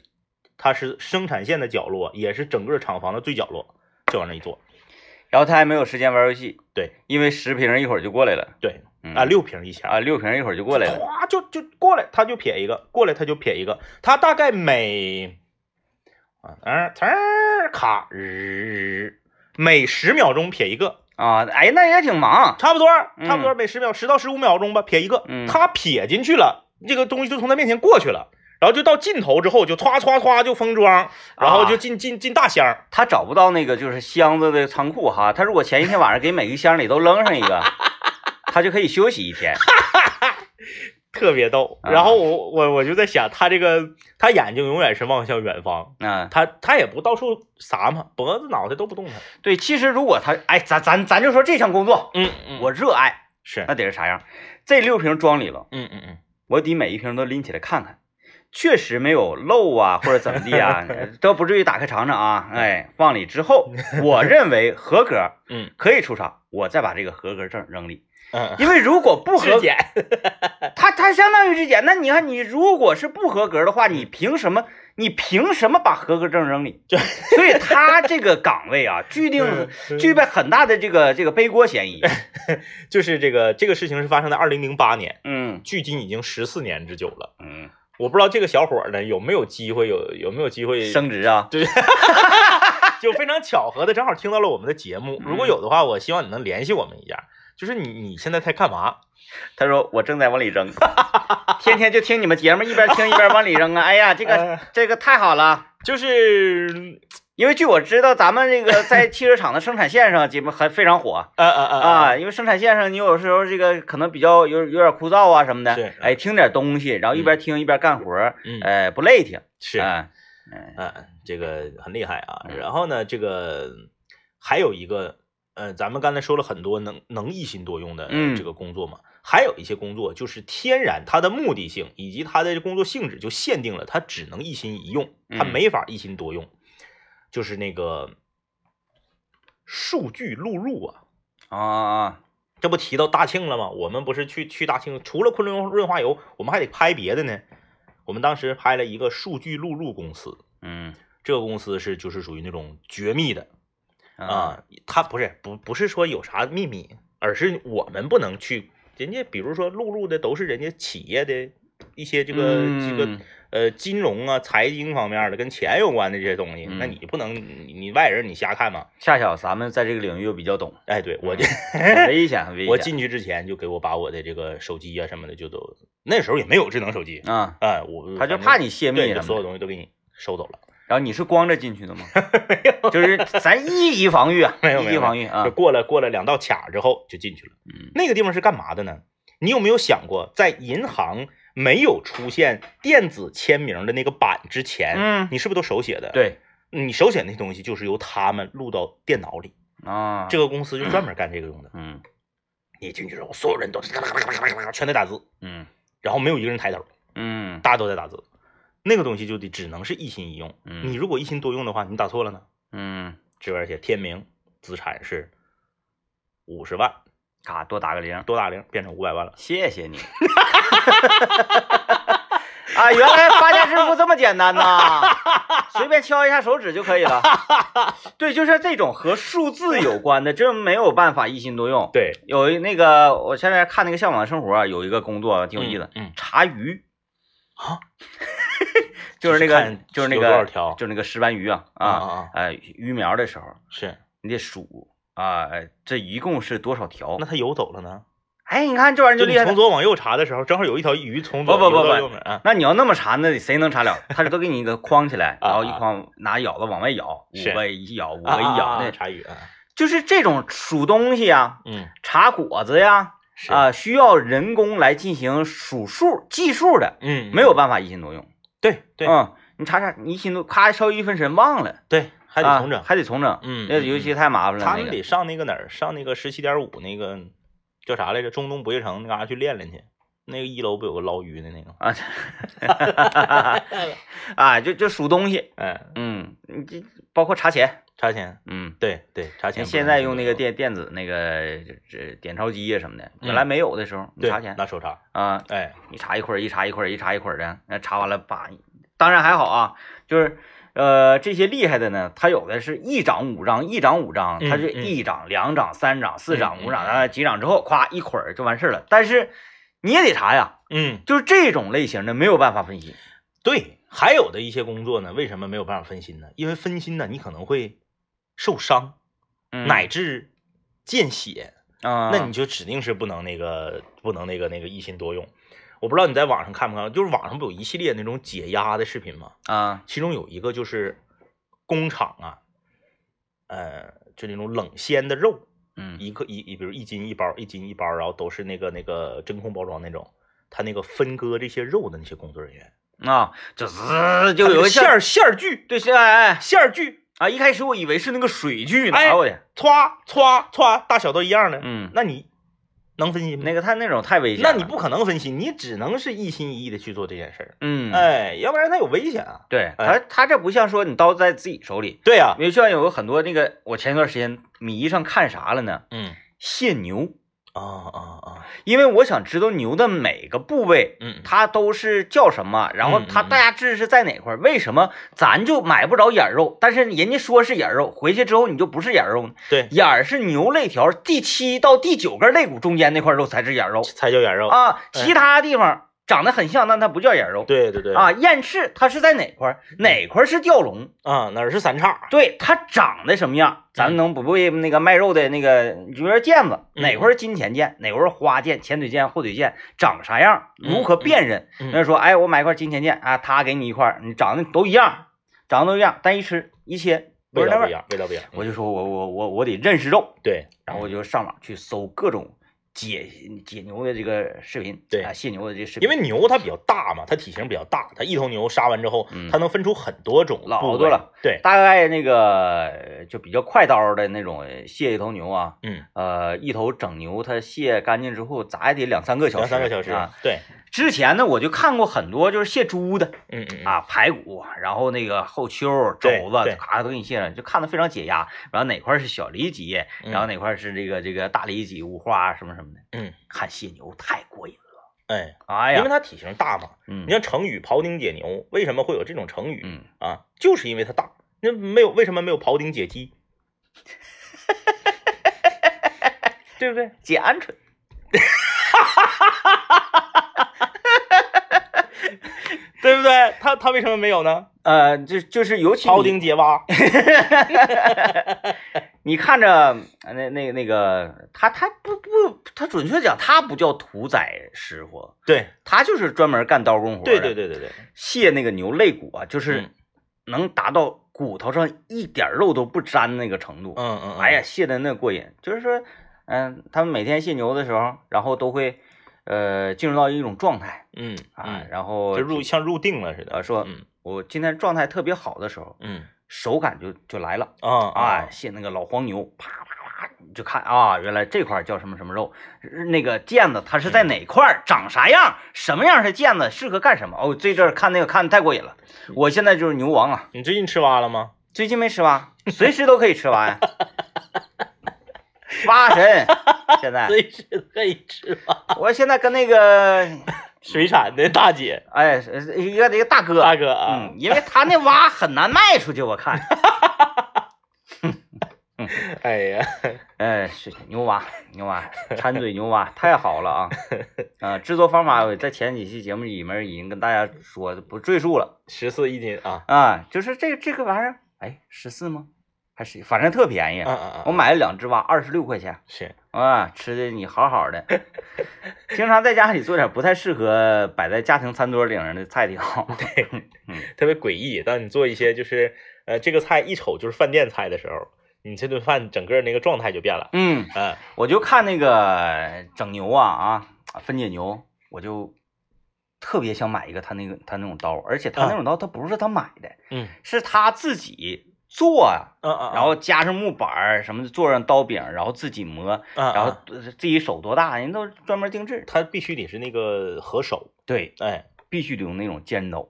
A: 他是生产线的角落，也是整个厂房的最角落，就往那一坐。
B: 然后他还没有时间玩游戏，
A: 对，
B: 因为十瓶一会儿就过来了，
A: 对，
B: 嗯、
A: 啊，六瓶一箱。
B: 啊六瓶一会儿就过来 了，
A: 哗就就过来，他就撇一个，过来他就撇一个，他大概每，啊，嗯，呲儿卡日，每十秒钟撇一个，
B: 啊，哎，那也挺忙，
A: 差不多，
B: 嗯
A: 差不多每十秒十到十五秒钟吧，撇一个
B: 嗯，
A: 他撇进去了，这个东西就从他面前过去了。然后就到尽头之后，就歘歘歘就封装，然后就进进进大箱。
B: 他找不到那个就是箱子的仓库哈，他如果前一天晚上给每个箱里都扔上一个，他就可以休息一天，
A: 特别逗，
B: 啊
A: 然后我我我就在想，他这个他眼睛永远是望向远方，
B: 嗯，
A: 他他也不到处撒嘛，脖子脑袋都不动弹。
B: 对，其实如果他，哎，咱咱咱就说这项工作
A: 嗯嗯
B: 我热爱，
A: 是
B: 那得是啥样？这六瓶装里了，
A: 嗯嗯嗯，
B: 我得每一瓶都拎起来看看。确实没有漏啊，或者怎么地啊，都不至于打开尝尝啊。哎，放里之后，我认为合格，
A: 嗯
B: 可以出场，我再把这个合格证扔里。
A: 嗯，
B: 因为如果不 合
A: 质
B: 格，
A: 检，
B: 他他相当于质检。那你看，你如果是不合格的话，你凭什么？你凭什么把合格证扔里？ 所以他这个岗位 啊，具定
A: 嗯
B: 具备很大的这个这个背锅嫌 疑。
A: 就是这个这个事情是发生在二零零八年，
B: 嗯
A: 距今已经十四年之久了。
B: 嗯，
A: 我不知道这个小伙儿呢有没有机会有有没有机会，
B: 升职啊，
A: 就非常巧合的正好听到了我们的节目。如
B: 嗯
A: 果有的话，我希望你能联系我们一下。就是你你现在在干嘛？
B: 他说我正在往里扔， 天天就听你们节目，一边听一边往里扔啊。 哎呀，这个这个太好了。
A: 就是
B: 因为据我知道，咱们这个在汽车厂的生产线上节目还非常火，
A: 呃呃呃
B: 啊，因为生产线上你有时候这个可能比较有有点枯燥啊什么的，
A: 是
B: 哎，听点东西，然后一边听一边干活儿，
A: 嗯
B: 哎，不累挺，
A: 是
B: 哎
A: 嗯，这个很厉害啊。
B: 嗯
A: 然后呢，这个还有一个，呃，咱们刚才说了很多能能一心多用的
B: 嗯
A: 这个工作嘛，还有一些工作就是天然它的目的性以及它的工作性质就限定了它只能一心一用，它
B: 嗯
A: 没法一心多用。就是那个数据录入啊，
B: 啊啊，
A: 这不提到大庆了吗？我们不是去去大庆，除了昆仑润滑油，我们还得拍别的呢。我们当时拍了一个数据录入公司，
B: 嗯
A: 这个公司是就是属于那种绝密的
B: 啊
A: 啊，它不是不不是说有啥秘密，而是我们不能去人家，比如说录入的都是人家企业的一些这个、这个
B: 嗯
A: 呃金融啊、财经方面的跟钱有关的这些东西，那
B: 嗯
A: 你不能你你外人你瞎看嘛？
B: 恰巧咱们在这个领域又比较懂，
A: 哎，对
B: 嗯
A: 我就、
B: 很危险，很危险，
A: 我进去之前就给我把我的这个手机啊什么的就都那时候也没有智能手机，
B: 啊，
A: 哎、我反
B: 他就
A: 正
B: 怕你泄密
A: 对，就
B: 什
A: 所有
B: 么的，
A: 东西都给你收走了。
B: 然后你是光着进去的吗？就是咱一级防御啊，
A: 没有
B: 一
A: 没
B: 级
A: 有
B: 防御啊
A: 就，过了过了两道卡之后就进去了。
B: 嗯
A: 那个地方是干嘛的呢？你有没有想过，在银行没有出现电子签名的那个版之前，
B: 嗯，
A: 你是不是都手写的？，
B: 对
A: 你手写那东西就是由他们录到电脑里。
B: 啊，
A: 这个公司就专门干这个用的。
B: 嗯
A: 你进去之后，所有人都是咔啦咔啦咔啦咔啦全在打字，
B: 嗯
A: 然后没有一个人抬头，
B: 嗯
A: 大家都在打字。那个东西就得只能是一心一用。
B: 嗯，
A: 你如果一心多用的话，你打错了呢。
B: 嗯，
A: 这边写天明，资产是五十万，
B: 嘎多打个零。
A: 多打零变成五百万了。
B: 谢谢你。 啊，原来发家致富这么简单呐！随便敲一下手指就可以了。对，就是这种和数字有关的，真没有办法一心多用。
A: 对，
B: 有一那个，我前两天看那个《向往的生活》啊，有一个工作挺有意思的，
A: 嗯，嗯，
B: 查鱼
A: 啊，
B: 就是那个
A: 看
B: 就是那
A: 有多少
B: 个
A: 条
B: 就是那个石斑鱼啊
A: 啊
B: 啊
A: 啊，
B: 呃鱼苗的时候，
A: 是，
B: 你得数啊，哎这一共是多少条
A: 哦那？他游走了呢？
B: 哎，你看这玩意儿就
A: 你
B: 厉害了
A: 从。左往右查的时候，正好有一条鱼从左
B: 不不不
A: 游到
B: 不
A: 右面啊，
B: 那你要那么查，那谁能 查了？他这都给你一个框起来，
A: 啊
B: 然后一框拿咬子往外咬，
A: 是
B: 五个一咬，五
A: 啊
B: 个一
A: 啊
B: 咬，
A: 啊
B: 那
A: 查鱼啊，
B: 就是这种数东西呀、
A: 嗯，
B: 查果子呀，
A: 是，
B: 啊，需要人工来进行数数、计数的，
A: 嗯，
B: 没有办法一心多用。
A: 对对
B: 嗯，你查查，你一心多，咔稍一分神忘了，
A: 对，还得重整
B: 啊，还得重整。
A: 嗯，
B: 那
A: 嗯
B: 尤
A: 嗯
B: 其太麻烦了。
A: 他
B: 那
A: 们
B: 个
A: 得上那个哪儿，上那个十七点五那个叫啥来着？中东不夜城那嘎、达去练练去。那个一楼不有个捞鱼的那个？
B: 啊， 啊，就就数东西，
A: 哎，
B: 嗯，你这包括查钱，
A: 查钱，
B: 嗯。
A: 对对，查钱不能用手。
B: 现在用那个电电子那个这这点钞机啊什么的，
A: 嗯
B: 原来没有的时候，你
A: 对
B: 查钱
A: 拿手查，
B: 啊，
A: 哎，
B: 一查一捆儿，一查一捆儿，一查一捆儿的，那查完了叭，当然还好啊，就是呃这些厉害的呢，他有的是一掌五掌，一掌五掌，
A: 嗯
B: 他就
A: 嗯
B: 一掌两掌三掌四掌
A: 嗯
B: 五掌
A: 嗯
B: 啊几掌之后，咵一捆儿就完事儿了。但是你也得查呀，
A: 嗯，
B: 就是这种类型的没有办法分析，
A: 对。还有的一些工作呢，为什么没有办法分心呢？因为分心呢，你可能会受伤，
B: 嗯
A: 乃至见血，
B: 啊，
A: 那你就指定是不能那个不能那个那个一心多用。我不知道你在网上看不看，就是网上不有一系列那种解压的视频吗？
B: 啊
A: 其中有一个就是工厂啊，呃，就那种冷鲜的肉，
B: 嗯
A: 一个一一，比如一斤一包，一斤一包，然后都是那个那个真空包装那种。他那个分割这些肉的那些工作人员，
B: 啊，就滋就
A: 它那
B: 有
A: 个
B: 个
A: 馅
B: 像
A: 儿馅儿锯，
B: 对，是哎哎。
A: 馅儿锯，
B: 啊，一开始我以为是那个水锯呢，
A: 哎
B: 哎我去，
A: 歘歘歘，大小都一样的。
B: 嗯，
A: 那你能分心吗？
B: 那个他那种太危险了，
A: 那你不可能分心，你只能是一心一意的去做这件事儿。
B: 嗯，
A: 哎，要不然它有危险啊。
B: 对
A: 哎
B: 他他这不像说你刀在自己手里，
A: 对呀、
B: 因为就像有很多那个我前一段时间迷上看啥了呢？
A: 嗯，
B: 蟹牛，
A: 啊啊啊，
B: 因为我想知道牛的每个部位。
A: 嗯，
B: 它都是叫什么？然后
A: 嗯嗯
B: 它
A: 嗯
B: 大致是在哪块儿？为什么咱就买不着眼儿肉？但是人家说是眼儿肉，回去之后你就不是眼儿肉呢？
A: 对，
B: 眼儿是牛肋条第七到第九根肋骨中间那块肉才是眼儿肉
A: 才叫眼肉。
B: 啊，
A: 哎
B: 其他地方长得很像，但它不叫眼肉。
A: 对嗯对对，
B: 啊，燕翅它是在哪块儿？哪块儿是吊龙？
A: 啊，哪儿是三叉？
B: 对，它长得什么
A: 嗯
B: 样？咱们能不被那个卖肉的那个，你比如说毽子，
A: 嗯
B: 哪块儿是金钱毽，哪块儿是花毽、前腿毽、后腿毽，长啥样？如何辨认？
A: 嗯嗯嗯
B: 那说，哎，我买一块金钱毽啊，他给你一块儿，你长得都一样，长得都一样，但一吃一切不
A: 味
B: 是
A: 道
B: 那
A: 不
B: 味
A: 一
B: 儿。
A: 样，嗯味道不一样。
B: 我就说我我我我得认识肉，
A: 对，
B: 然后我就上网去搜各种解解牛的这个视频，
A: 对
B: 啊，卸牛的这个视
A: 因
B: 频，
A: 为牛它比较大嘛，它体型比较大，它一头牛杀完之后，
B: 嗯
A: 它能分出很多种
B: 老
A: 部位
B: 多了。
A: 对，
B: 大概那个呃就比较快刀的那种卸一头牛啊，
A: 嗯，
B: 呃，一头整牛它卸干净之后，咋也得两三个小时，
A: 两三个小时
B: 啊。。
A: 对，
B: 之前呢，我就看过很多就是卸猪的
A: 嗯嗯，嗯
B: 啊，排骨，然后那个后丘、
A: 对
B: 肘子
A: 对，
B: 咔都给你卸上，就看的非常解压。然后哪块是小里脊，
A: 嗯
B: 然后哪块是这个这个大里脊、五花什么什么的。
A: 嗯，
B: 看卸牛太过瘾了，
A: 哎，
B: 哎呀，
A: 因为它体型大嘛。
B: 嗯
A: 你像成语“庖丁解牛”，为什么会有这种成语
B: 嗯，
A: 啊？就是因为它大。那没有为什么没有庖丁解鸡？ 对不对？
B: 解鹌鹑。
A: 对不对？它它为什么没有呢？
B: 呃，就就是尤其
A: 庖
B: 你
A: 丁解蛙，
B: 你看着呃那那那个他他不不他准确讲他不叫屠宰师傅，
A: 对
B: 他就是专门干刀工活
A: 对对
B: 对，
A: 对对对，
B: 卸那个牛肋骨啊，就是
A: 嗯
B: 能达到骨头上一点肉都不沾那个程度。
A: 嗯嗯，
B: 哎呀，，卸的那过瘾，就是说，嗯、他们每天卸牛的时候，然后都会呃进入到一种状态
A: 嗯
B: 啊，
A: 嗯，
B: 然后
A: 就入像入定了似的
B: 呃。说、
A: 嗯
B: 我今天状态特别好的时候，
A: 嗯
B: 手感就就来了。
A: 啊
B: 啊，，卸那个老黄牛，啪啪啪，你就看啊，原来这块儿叫什么什么肉，呃那个腱子它是在哪块儿，长啥样，什么样是腱子，适合干什么？哦，这阵儿看那个看得太过瘾了，我现在就是牛王啊，
A: 你最近吃蛙了吗？
B: 最近没吃完，随时都可以吃完。蛙神，现在
A: 哎随时可以吃蛙。
B: 我现在跟那个
A: 水产的大姐
B: 哎，是一个一个大哥，
A: 大哥啊
B: 嗯，，因为他那蛙很难卖出去，我看，
A: 哎呀，
B: 哎，是牛蛙，牛蛙，馋嘴牛蛙，太好了啊！啊，制作方法我在前几期节目里面已经跟大家说，不赘述了
A: 十四一斤啊，
B: 啊。就是这这个玩意儿，哎，十四吗？还是反正特便宜，
A: 嗯嗯
B: 我
A: 嗯，
B: 买了两只蛙，二十六块钱
A: 是，
B: 啊，吃的你好好的。经常在家里做点不太适合摆在家庭餐桌顶上的菜挺好。
A: 特别诡异。当你做一些就是呃这个菜一瞅就是饭店菜的时候，你这顿饭整个那个状态就变了。
B: 嗯。
A: 嗯，
B: 我就看那个整牛啊啊，分解牛，我就特别想买一个他那个他那种刀，而且他那种刀他不是他买的，
A: 嗯
B: 是他自己做，啊
A: 嗯嗯，
B: 然后加上木板儿什么的，做上刀柄，然后自己磨，
A: 然
B: 然后
A: 嗯
B: 自己手多大，人都专门定制。
A: 它必须得是那个合手，
B: 对，
A: 哎，
B: 必须得用那种尖刀，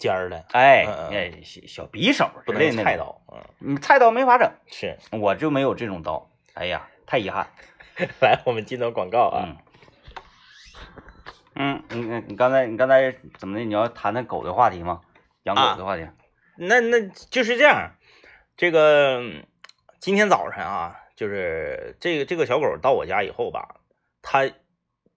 A: 尖儿的，
B: 哎
A: 嗯嗯
B: 哎，小小匕首
A: 不能
B: 之类
A: 用
B: 的
A: 菜
B: 那种，
A: 刀。嗯，
B: 你菜刀没法整，
A: 是。
B: 我就没有这种刀，哎呀，太遗憾。
A: 来，我们进到广告啊。
B: 嗯，嗯，你你你刚才你刚才怎么的？你要谈谈狗的话题吗？养狗的话题？
A: 那那就是这样，这个嗯今天早上啊，就是这个这个小狗到我家以后吧，它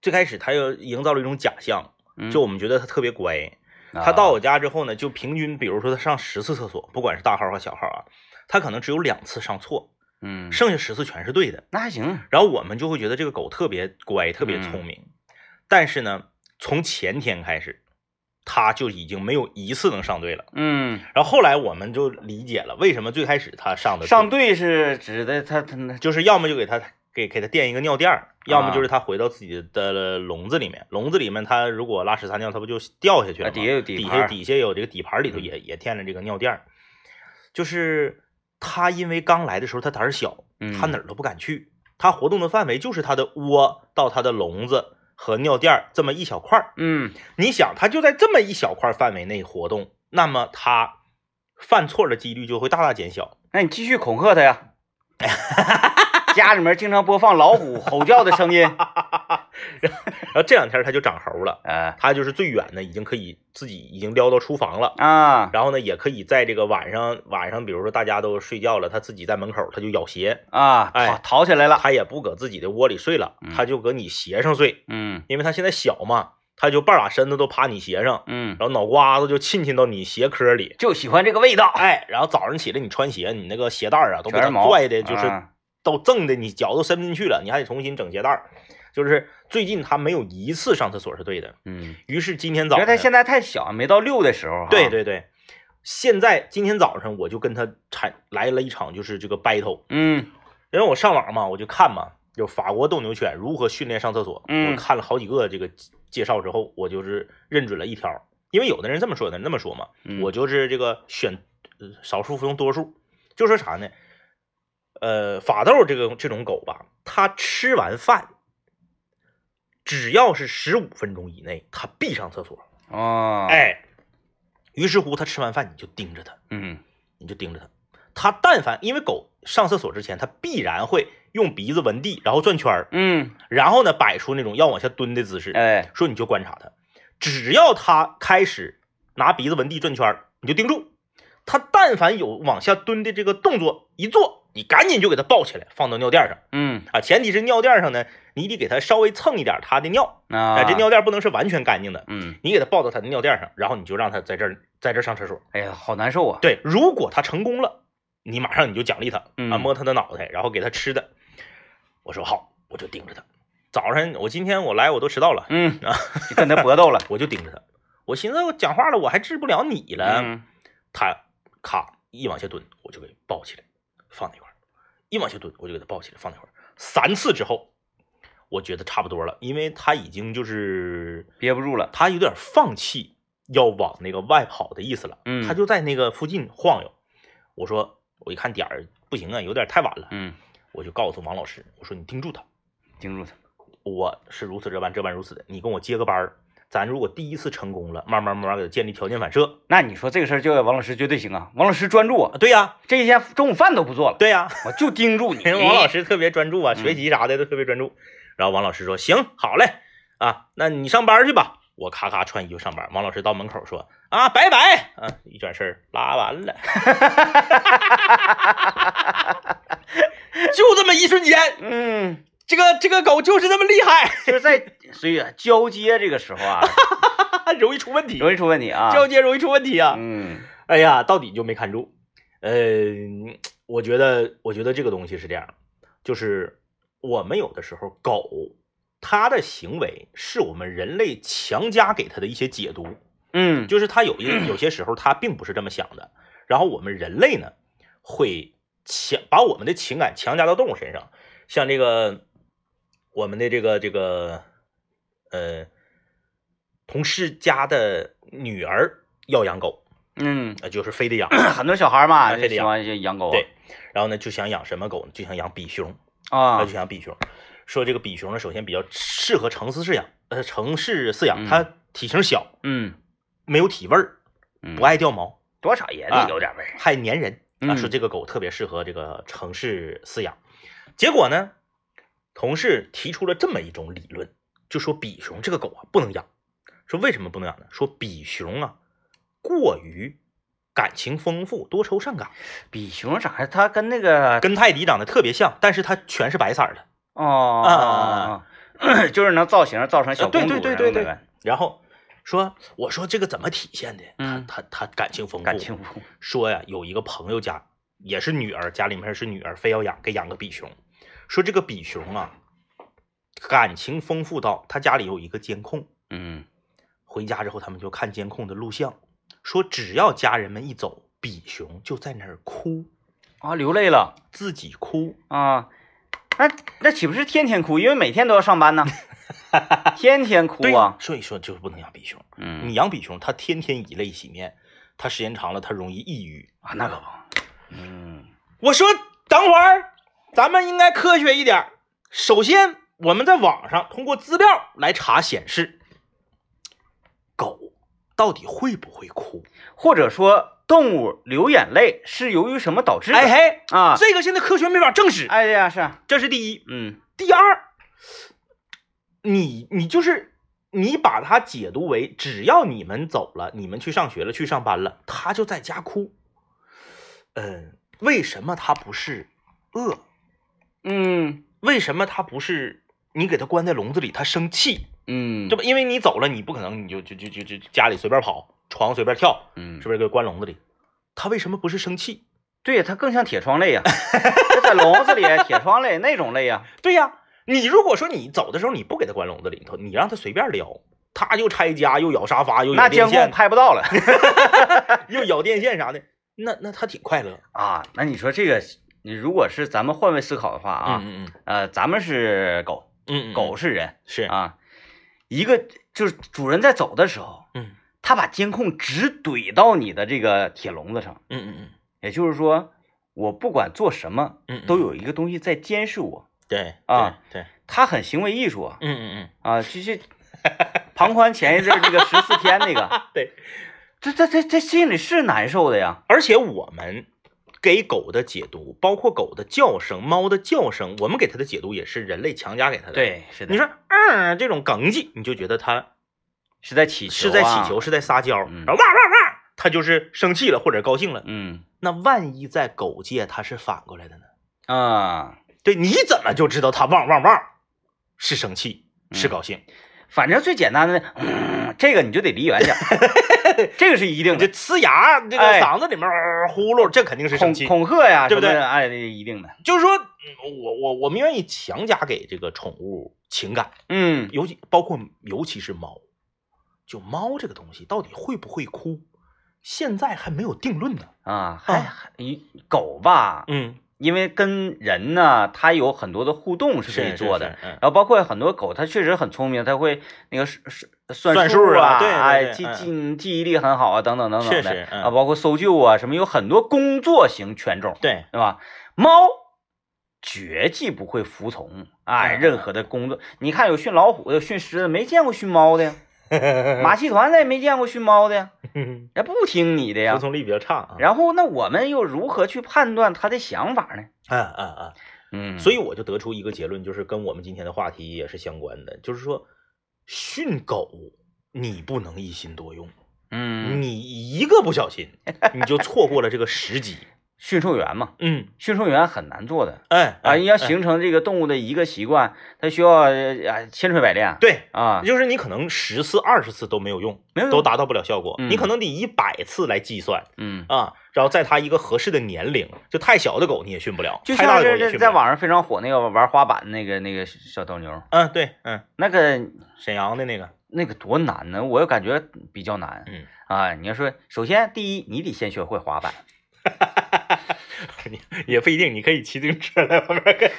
A: 最开始它又营造了一种假象，
B: 嗯，
A: 就我们觉得它特别乖。它
B: 啊
A: 到我家之后呢，就平均，比如说它上十次厕所，不管是大号和小号啊，它可能只有两次上错，
B: 嗯，
A: 剩下十次全是对的。
B: 那还行，
A: 然后我们就会觉得这个狗特别乖，特别
B: 嗯
A: 聪明。但是呢，从前天开始，它就已经没有一次能上对了。
B: 嗯，
A: 然后后来我们就理解了为什么最开始他上的
B: 嗯上对是指的它它那
A: 就是要么就给他给给他垫一个尿垫儿，要
B: 啊
A: 么就是他回到自己的笼子里面，笼子里面他如果拉屎撒尿，他不就掉下去了
B: 啊
A: 吗？
B: 底下有底
A: 底
B: 盘
A: 下
B: 儿嗯
A: 底下有这个底盘里头也也垫了这个尿垫儿，就是他因为刚来的时候他胆儿小，
B: 嗯
A: 他哪儿都不敢去，他活动的范围就是他的窝到他的笼子和尿垫儿这么一小块儿。
B: 嗯
A: 你想，他就在这么一小块范围内活动，那么他犯错的几率就会大大减小。
B: 那你继续恐吓它呀。家里面经常播放老虎吼叫的声音，
A: 然后这两天他就长猴了，
B: 呃
A: 他就是最远呢，已经可以自己已经撩到厨房了。
B: 啊
A: 然后呢，也可以在这个晚上，晚上比如说大家都睡觉了，他自己在门口，他就咬鞋，
B: 啊，逃
A: 哎
B: 逃起来了，
A: 他也不搁自己的窝里睡了
B: 嗯，
A: 他就搁你鞋上睡，
B: 嗯
A: 因为他现在小嘛，他就半拉身子都趴你鞋上，
B: 嗯，
A: 然后脑瓜子就沁沁到你鞋壳里，
B: 就喜欢这个味道，
A: 哎，然后早上起来你穿鞋，你那个鞋带儿啊都被
B: 啊全是
A: 他
B: 毛，
A: 拽的，就是
B: 啊
A: 都挣的你脚都伸不进去了，你还得重新整鞋带儿。就是最近他没有一次上厕所是对的，
B: 嗯，
A: 于是今天
B: 因
A: 早
B: 为
A: 上，
B: 它现啊在太小，没到六的时候哈，
A: 对对对，现在今天早上我就跟他产来了一场就是这个 battle，
B: 嗯，
A: 因为我上网嘛，我就看嘛，就法国斗牛犬如何训练上厕所，
B: 嗯
A: 我看了好几个这个介绍之后，我就是认准了一条，因为有的人这么说，有的人那么说嘛，
B: 嗯
A: 我就是这个选呃少数服从多数，就说啥呢？呃，法斗这个这种狗吧，它吃完饭，只要是十五分钟以内，它必上厕所。
B: 哦，，
A: 哎，于是乎它吃完饭你就盯着它，
B: 嗯
A: 你就盯着它。它但凡因为狗上厕所之前，它必然会用鼻子闻地，然后转圈儿，
B: 嗯，
A: 然后呢摆出那种要往下蹲的姿势。
B: 哎，
A: 说你就观察它，只要它开始拿鼻子闻地转圈儿，你就盯住。它但凡有往下蹲的这个动作，一做，你赶紧就给它抱起来，放到尿垫上
B: 嗯
A: 啊。前提是尿垫上呢，你得给它稍微蹭一点它的尿，
B: 啊，
A: 啊，这，尿垫不能是完全干净的，
B: 嗯，
A: 你给它抱到它的尿垫上，然后你就让它在这儿在这儿上厕所。
B: 哎呀，好难受啊，
A: 对，如果它成功了，你马上你就奖励它啊，
B: 嗯
A: 摸它的脑袋，然后给它吃的。我说好，我就盯着它。早上我今天我来我都迟到了，
B: 嗯，就跟他搏斗了，
A: 我就盯着他。我寻思我讲话了，我还治不了你了。
B: 嗯
A: 他咔一往下蹲，我就给抱起来放那块儿；一往下蹲，我就给他抱起来放那块儿。三次之后，我觉得差不多了，因为他已经就是
B: 憋不住了，
A: 他有点放弃要往那个外跑的意思了。
B: 嗯
A: 他就在那个附近晃悠。我说我一看点儿不行啊，有点太晚了，
B: 嗯，
A: 我就告诉王老师，我说你盯住他。
B: 盯住他，
A: 我是如此这般，这般如此的，你跟我接个班儿，咱如果第一次成功了，慢慢慢慢给他建立条件反射
B: 那你说这个事儿交给王老师绝对行啊，王老师专注
A: 啊，
B: 我，
A: 对呀、
B: 这一天中午饭都不做了，
A: 对呀、
B: 我就盯住你，
A: 因 为王老，师特别专注啊，学习啥的都特别专注。然后王老师说行，好嘞，啊，那你上班去吧。我咔咔穿衣服上班，王老师到门口说啊拜拜，嗯、一转身儿拉完了， 就这么一瞬间，
B: 嗯，
A: 这个这个狗就是这么厉害，
B: 就是在所以啊交接这个时候啊，
A: 容易出问题，
B: 容易出问题啊。
A: 交接容易出问题啊。
B: 嗯
A: 哎呀，到底就没看住。呃，我觉得，我觉得这个东西是这样，就是我们有的时候狗它的行为是我们人类强加给它的一些解读，
B: 嗯，
A: 就是它 有一有些时候它并不是这么想的，然后我们人类呢会强把我们的情感强加到动物身上，像这个我们的这个这个呃同事家的女儿要养狗，
B: 嗯，
A: 呃就是非得 养。
B: 很多小孩嘛
A: 哎
B: 就
A: 非得
B: 喜
A: 养
B: 欢养狗。
A: 对然后呢，就想养什么狗呢？就想养比熊，他
B: 啊
A: 就，想养比熊。说这个比熊呢，首先比较适合城市饲养，呃，城市饲养
B: 嗯
A: 它体型小，
B: 嗯，
A: 没有体味儿，
B: 嗯
A: 不爱掉毛，
B: 多少也
A: 啊
B: 得有点味儿。
A: 还粘人。啊，
B: 嗯
A: 说这个狗特别适合这个城市饲养。结果呢，同事提出了这么一种理论，就说比熊这个狗啊不能养。说为什么不能养呢？说比熊啊过于感情丰富，多愁善感，
B: 比熊啥呀？它跟那个
A: 跟泰迪长得特别像，但是它全是白色儿的。
B: 哦， 就是能造型造成小
A: 啊对
B: 公主
A: 对啊对
B: 那
A: 对
B: 种
A: 对
B: 的
A: 然后说，我说这个怎么体现的？
B: 嗯
A: 他他他感情丰富，
B: 感情不好
A: 说呀，有一个朋友家也是女儿，家里面是女儿，非要养，给养个比熊。说这个比熊啊，感情丰富到他家里有一个监控，
B: 嗯
A: 回家之后他们就看监控的录像，说只要家人们一走，比熊就在那儿哭，
B: 啊，流泪了
A: 自己哭。
B: 啊，那那岂不是天天哭？因为每天都要上班 呢，天天哭
A: 对
B: 啊。
A: 所以说就是不能养比熊。你
B: 嗯
A: 养比熊，它天天以泪洗面，它时间长了，它容易抑郁。
B: 啊，那可不，嗯
A: 我说等会儿，咱们应该科学一点儿。首先，我们在网上通过资料来查显示，狗到底会不会哭？
B: 或者说动物流眼泪是由于什么导致的？
A: 哎嘿，
B: 啊，
A: 这个现在科学没法证实，
B: 哎呀是啊，
A: 这是第一。
B: 嗯
A: 第二，你你就是你把它解读为，只要你们走了，你们去上学了，去上班了，它就在家哭。嗯，为什么它不是饿？
B: 嗯
A: 为什么它不是你给它关在笼子里，它生气，
B: 嗯，
A: 对吧？因为你走了，你不可能你就就就就就家里随便跑，床随便跳，
B: 嗯
A: 是不是给关笼子里？它为什么不是生气？
B: 对，它更像铁窗 泪呀、啊它在笼子里铁窗泪那种泪啊呀、
A: 对呀、你如果说你走的时候你不给它关笼子里头，你让它随便撩，它又拆家，又咬沙发，又
B: 那
A: 咬
B: 监
A: 电
B: 控
A: 线，
B: 拍不到了
A: 又咬电线啥的，那那它挺快乐
B: 啊。那你说这个，你如果是咱们换位思考的话啊，
A: 嗯嗯
B: 呃，咱们是狗，
A: 嗯嗯，
B: 狗是人
A: 是，
B: 啊，一个就是主人在走的时候，
A: 嗯
B: 他把监控直怼到你的这个铁笼子上，
A: 嗯嗯
B: 也就是说，我不管做什么，
A: 嗯嗯，
B: 都有一个东西在监视我。
A: 对
B: 啊
A: 对，对
B: 他很行为艺术啊，
A: 嗯嗯
B: 啊，就是庞宽前一阵儿那个十四天那个。
A: 嗯， 对。
B: 这这这这心里是难受的呀。
A: 而且我们给狗的解读，包括狗的叫声、猫的叫声，我们给它的解读也是人类强加给它的。，
B: 对，是的，
A: 你说嗯这种哽叽，你就觉得它
B: 是在祈求、啊
A: 是在乞求，。是在撒娇，
B: 嗯
A: 然后哇哇哇，它就是生气了或者高兴了。
B: 嗯
A: 那万一在狗界它是反过来的呢？
B: 啊，
A: 对，你怎么就知道它汪汪汪是生气
B: 嗯
A: 是高兴？
B: 反正最简单的，嗯这个你就得离远点儿， 这个是一定
A: 这
B: 的。
A: 呲牙，这个
B: 哎
A: 嗓子里面、呃呼噜，这肯定是
B: 恐
A: 生气。
B: 恐吓呀，
A: 对不
B: 什么的
A: 对
B: 哎，一定的。
A: 就是说，嗯我我我们愿意强加给这个宠物情感。
B: 嗯
A: 尤其包括尤其是猫，就猫这个东西到底会不会哭，现在还没有定论呢。
B: 啊，还
A: 啊
B: 还一狗吧，
A: 嗯，
B: 因为跟人呢，它有很多的互动是可以
A: 是
B: 做的。，
A: 嗯
B: 然后包括很多狗，它确实很聪明，它会那个是是
A: 算
B: 算
A: 数啊
B: 啊，
A: 对对
B: 哎，
A: 对
B: 记
A: 嗯
B: 记记忆力很好啊，等等等等的
A: 确实嗯
B: 啊，包括搜救啊什么，有很多工作型犬种，
A: 对，
B: 对吧？猫绝技不会服从哎
A: 嗯
B: 任何的工作。你看有训老虎的、有训狮子，没见过训猫的呀；
A: 嗯
B: 马戏团的也没见过训猫的呀，人不听你的
A: 服
B: 呀。
A: 从力比较差啊。
B: 然后那我们又如何去判断他的想法呢？
A: 啊啊啊！
B: 嗯
A: 所
B: 以
A: 以我就得出一个结论，就是跟我们今天的话题也是相关的，就是说训狗你不能一心多用，
B: 嗯，
A: 你一个不小 心你就错过了这个时机。
B: 驯兽员嘛，
A: 嗯，
B: 驯兽员很难做的
A: 哎
B: 啊，你要
A: 哎
B: 形成这个动物的一个习惯，它需要呃啊千锤百炼。
A: 对，
B: 啊，
A: 就是你可能十次、二十次都没有用，
B: 没有
A: 都达到不了效果，
B: 嗯
A: 你可能得一百次来计算
B: 嗯，
A: 啊，然后在它一个合适的年龄，就太小的狗你也训不了，
B: 就
A: 太大
B: 像
A: 的狗也
B: 是
A: 训不
B: 在
A: 了。
B: 网上非常火那个玩滑板那个那个小斗牛，
A: 嗯，对，嗯，
B: 那个
A: 沈阳的那个，
B: 那个多难呢？我又感觉比较难。
A: 嗯
B: 啊，你要说，首先第一，你得先学会 滑板，
A: 也不一定，你可以骑自行车来旁边跟。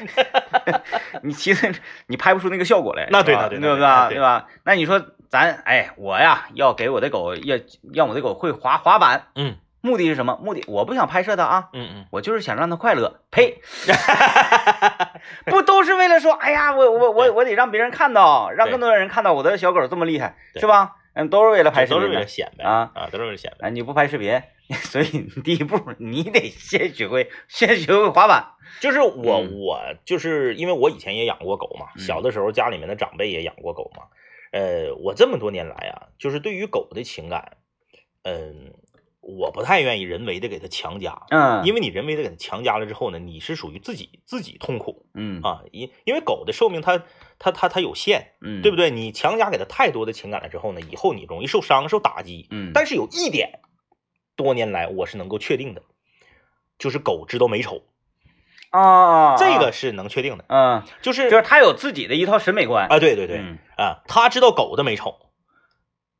B: 你骑自行车你拍不出那个效果来。
A: 那对
B: 是吧
A: 那对
B: 对
A: 那
B: 不
A: 对那
B: 吧？
A: 对
B: 对吧？那你说咱哎，我呀要给我的狗要让我的狗会滑滑板，
A: 嗯
B: 目的是什么？目的我不想拍摄它啊，
A: 嗯嗯，
B: 我就是想让它快乐。 呸！不都是为了说，哎呀，我我我我得让别人看到，让更多的人看到我的小狗这么厉害，
A: 对
B: 是吧？嗯，都是为了拍
A: 这
B: 摄
A: 都是
B: 的
A: 为了显摆
B: 啊
A: 啊，都是为了显摆。
B: 啊，你不拍视频， 所以你第一步你得先学会，先学会滑板。
A: 就是我、
B: 嗯
A: 我就是因为我以前也养过狗嘛，
B: 嗯
A: 小的时候家里面的长辈也养过狗嘛，呃，我这么多年来啊，就是对于狗的情感，嗯、我不太愿意人为的给它强加，
B: 嗯，
A: 因
B: 为
A: 为你人为的给它强加了之后呢，你是属于自己自己痛苦
B: 嗯
A: 啊，因因为狗的寿命它它它它有限，
B: 嗯，
A: 对不
B: 对？
A: 对？你强加给它太多的情感了之后呢，以后你容易受伤受打击。
B: 嗯，
A: 但是有一点，多年来我是能够确定的，就是狗知道美丑。
B: 啊啊，啊
A: 这个是能确定的，
B: 嗯，
A: 就是
B: 就是他有自己的一套审美观。
A: 啊，对对对，
B: 嗯，
A: 啊，他知道狗的美丑，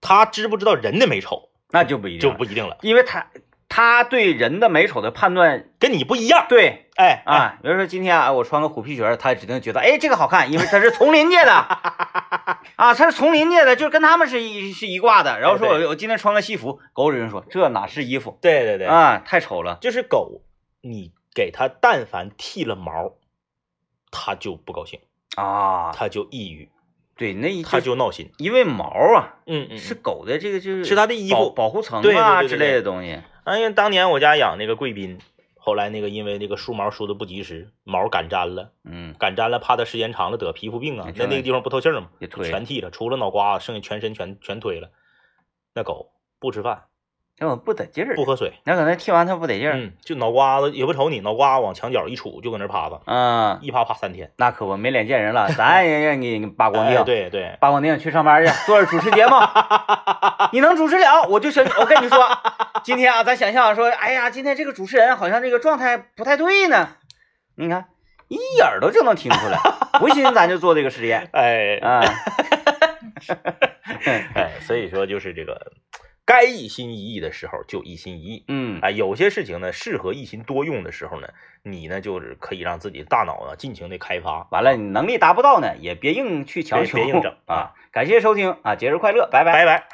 A: 他知不知道人的美丑
B: 那就不一定
A: 就
B: 了，
A: 不一定了，
B: 因为他他对人的美丑的判断，
A: 跟你不一样。
B: 对
A: 哎，
B: 啊，比如说今天啊，我穿个虎皮裙儿，他指定觉得，哎，这个好看，因为他是丛林 界的，啊，他是丛林界的，就是跟他们是一是一挂的。然后说
A: 对
B: 我我今天穿个西服，狗主人说这哪是衣服
A: 对对对，
B: 啊，太丑了。
A: 就是狗，你给它但凡剃了毛，它就不高兴，
B: 啊，
A: 它就抑郁，
B: 对，那一
A: 它就闹心。
B: 因为毛啊，
A: 嗯嗯，
B: 是
A: 是。
B: 狗的这个就是
A: 是它的衣服
B: 保保护层
A: 对对对
B: 啊
A: 对
B: 之类的东西。
A: 哎呀，当年我家养那个贵宾，后来那个因为那个梳毛梳的不及时，毛感粘了，
B: 嗯，
A: 感粘了，怕它时间长了得皮肤病啊
B: 也，
A: 那
B: 真
A: 那个地方不透气儿嘛，
B: 也推，
A: 全剃了，除了脑瓜子，剩下全身全全推了。那狗不吃饭，
B: 那我不得劲儿
A: 不，喝水，
B: 那可能剃完它不得劲儿。
A: 嗯，就脑瓜子也不瞅你，脑瓜子往墙角一杵，就搁那趴着，
B: 嗯，
A: 一趴趴三天。
B: 那可不，没脸见人 了，咱也让你扒光腚，
A: 哎对对，
B: 扒光腚去上班去，坐着主持 节目。你能主持了，我就想，我跟你说，今天啊，咱想象说，哎呀，今天这个主持人好像这个状态不太对呢。你看，一耳朵就能听出来，不信咱就做这个实验
A: 哎
B: 啊。
A: 哎，所以说就是这个，该一心一意的时候就一心一意。
B: 嗯
A: 哎，有些事情呢，适合一心多用的时候呢，你呢就是可以让自己大脑呢尽情的开发。
B: 完了，你能力达不到呢，也别硬去强
A: 别
B: 求，
A: 别硬整
B: 啊啊！感谢收听啊，节日快乐，拜拜。
A: 拜拜。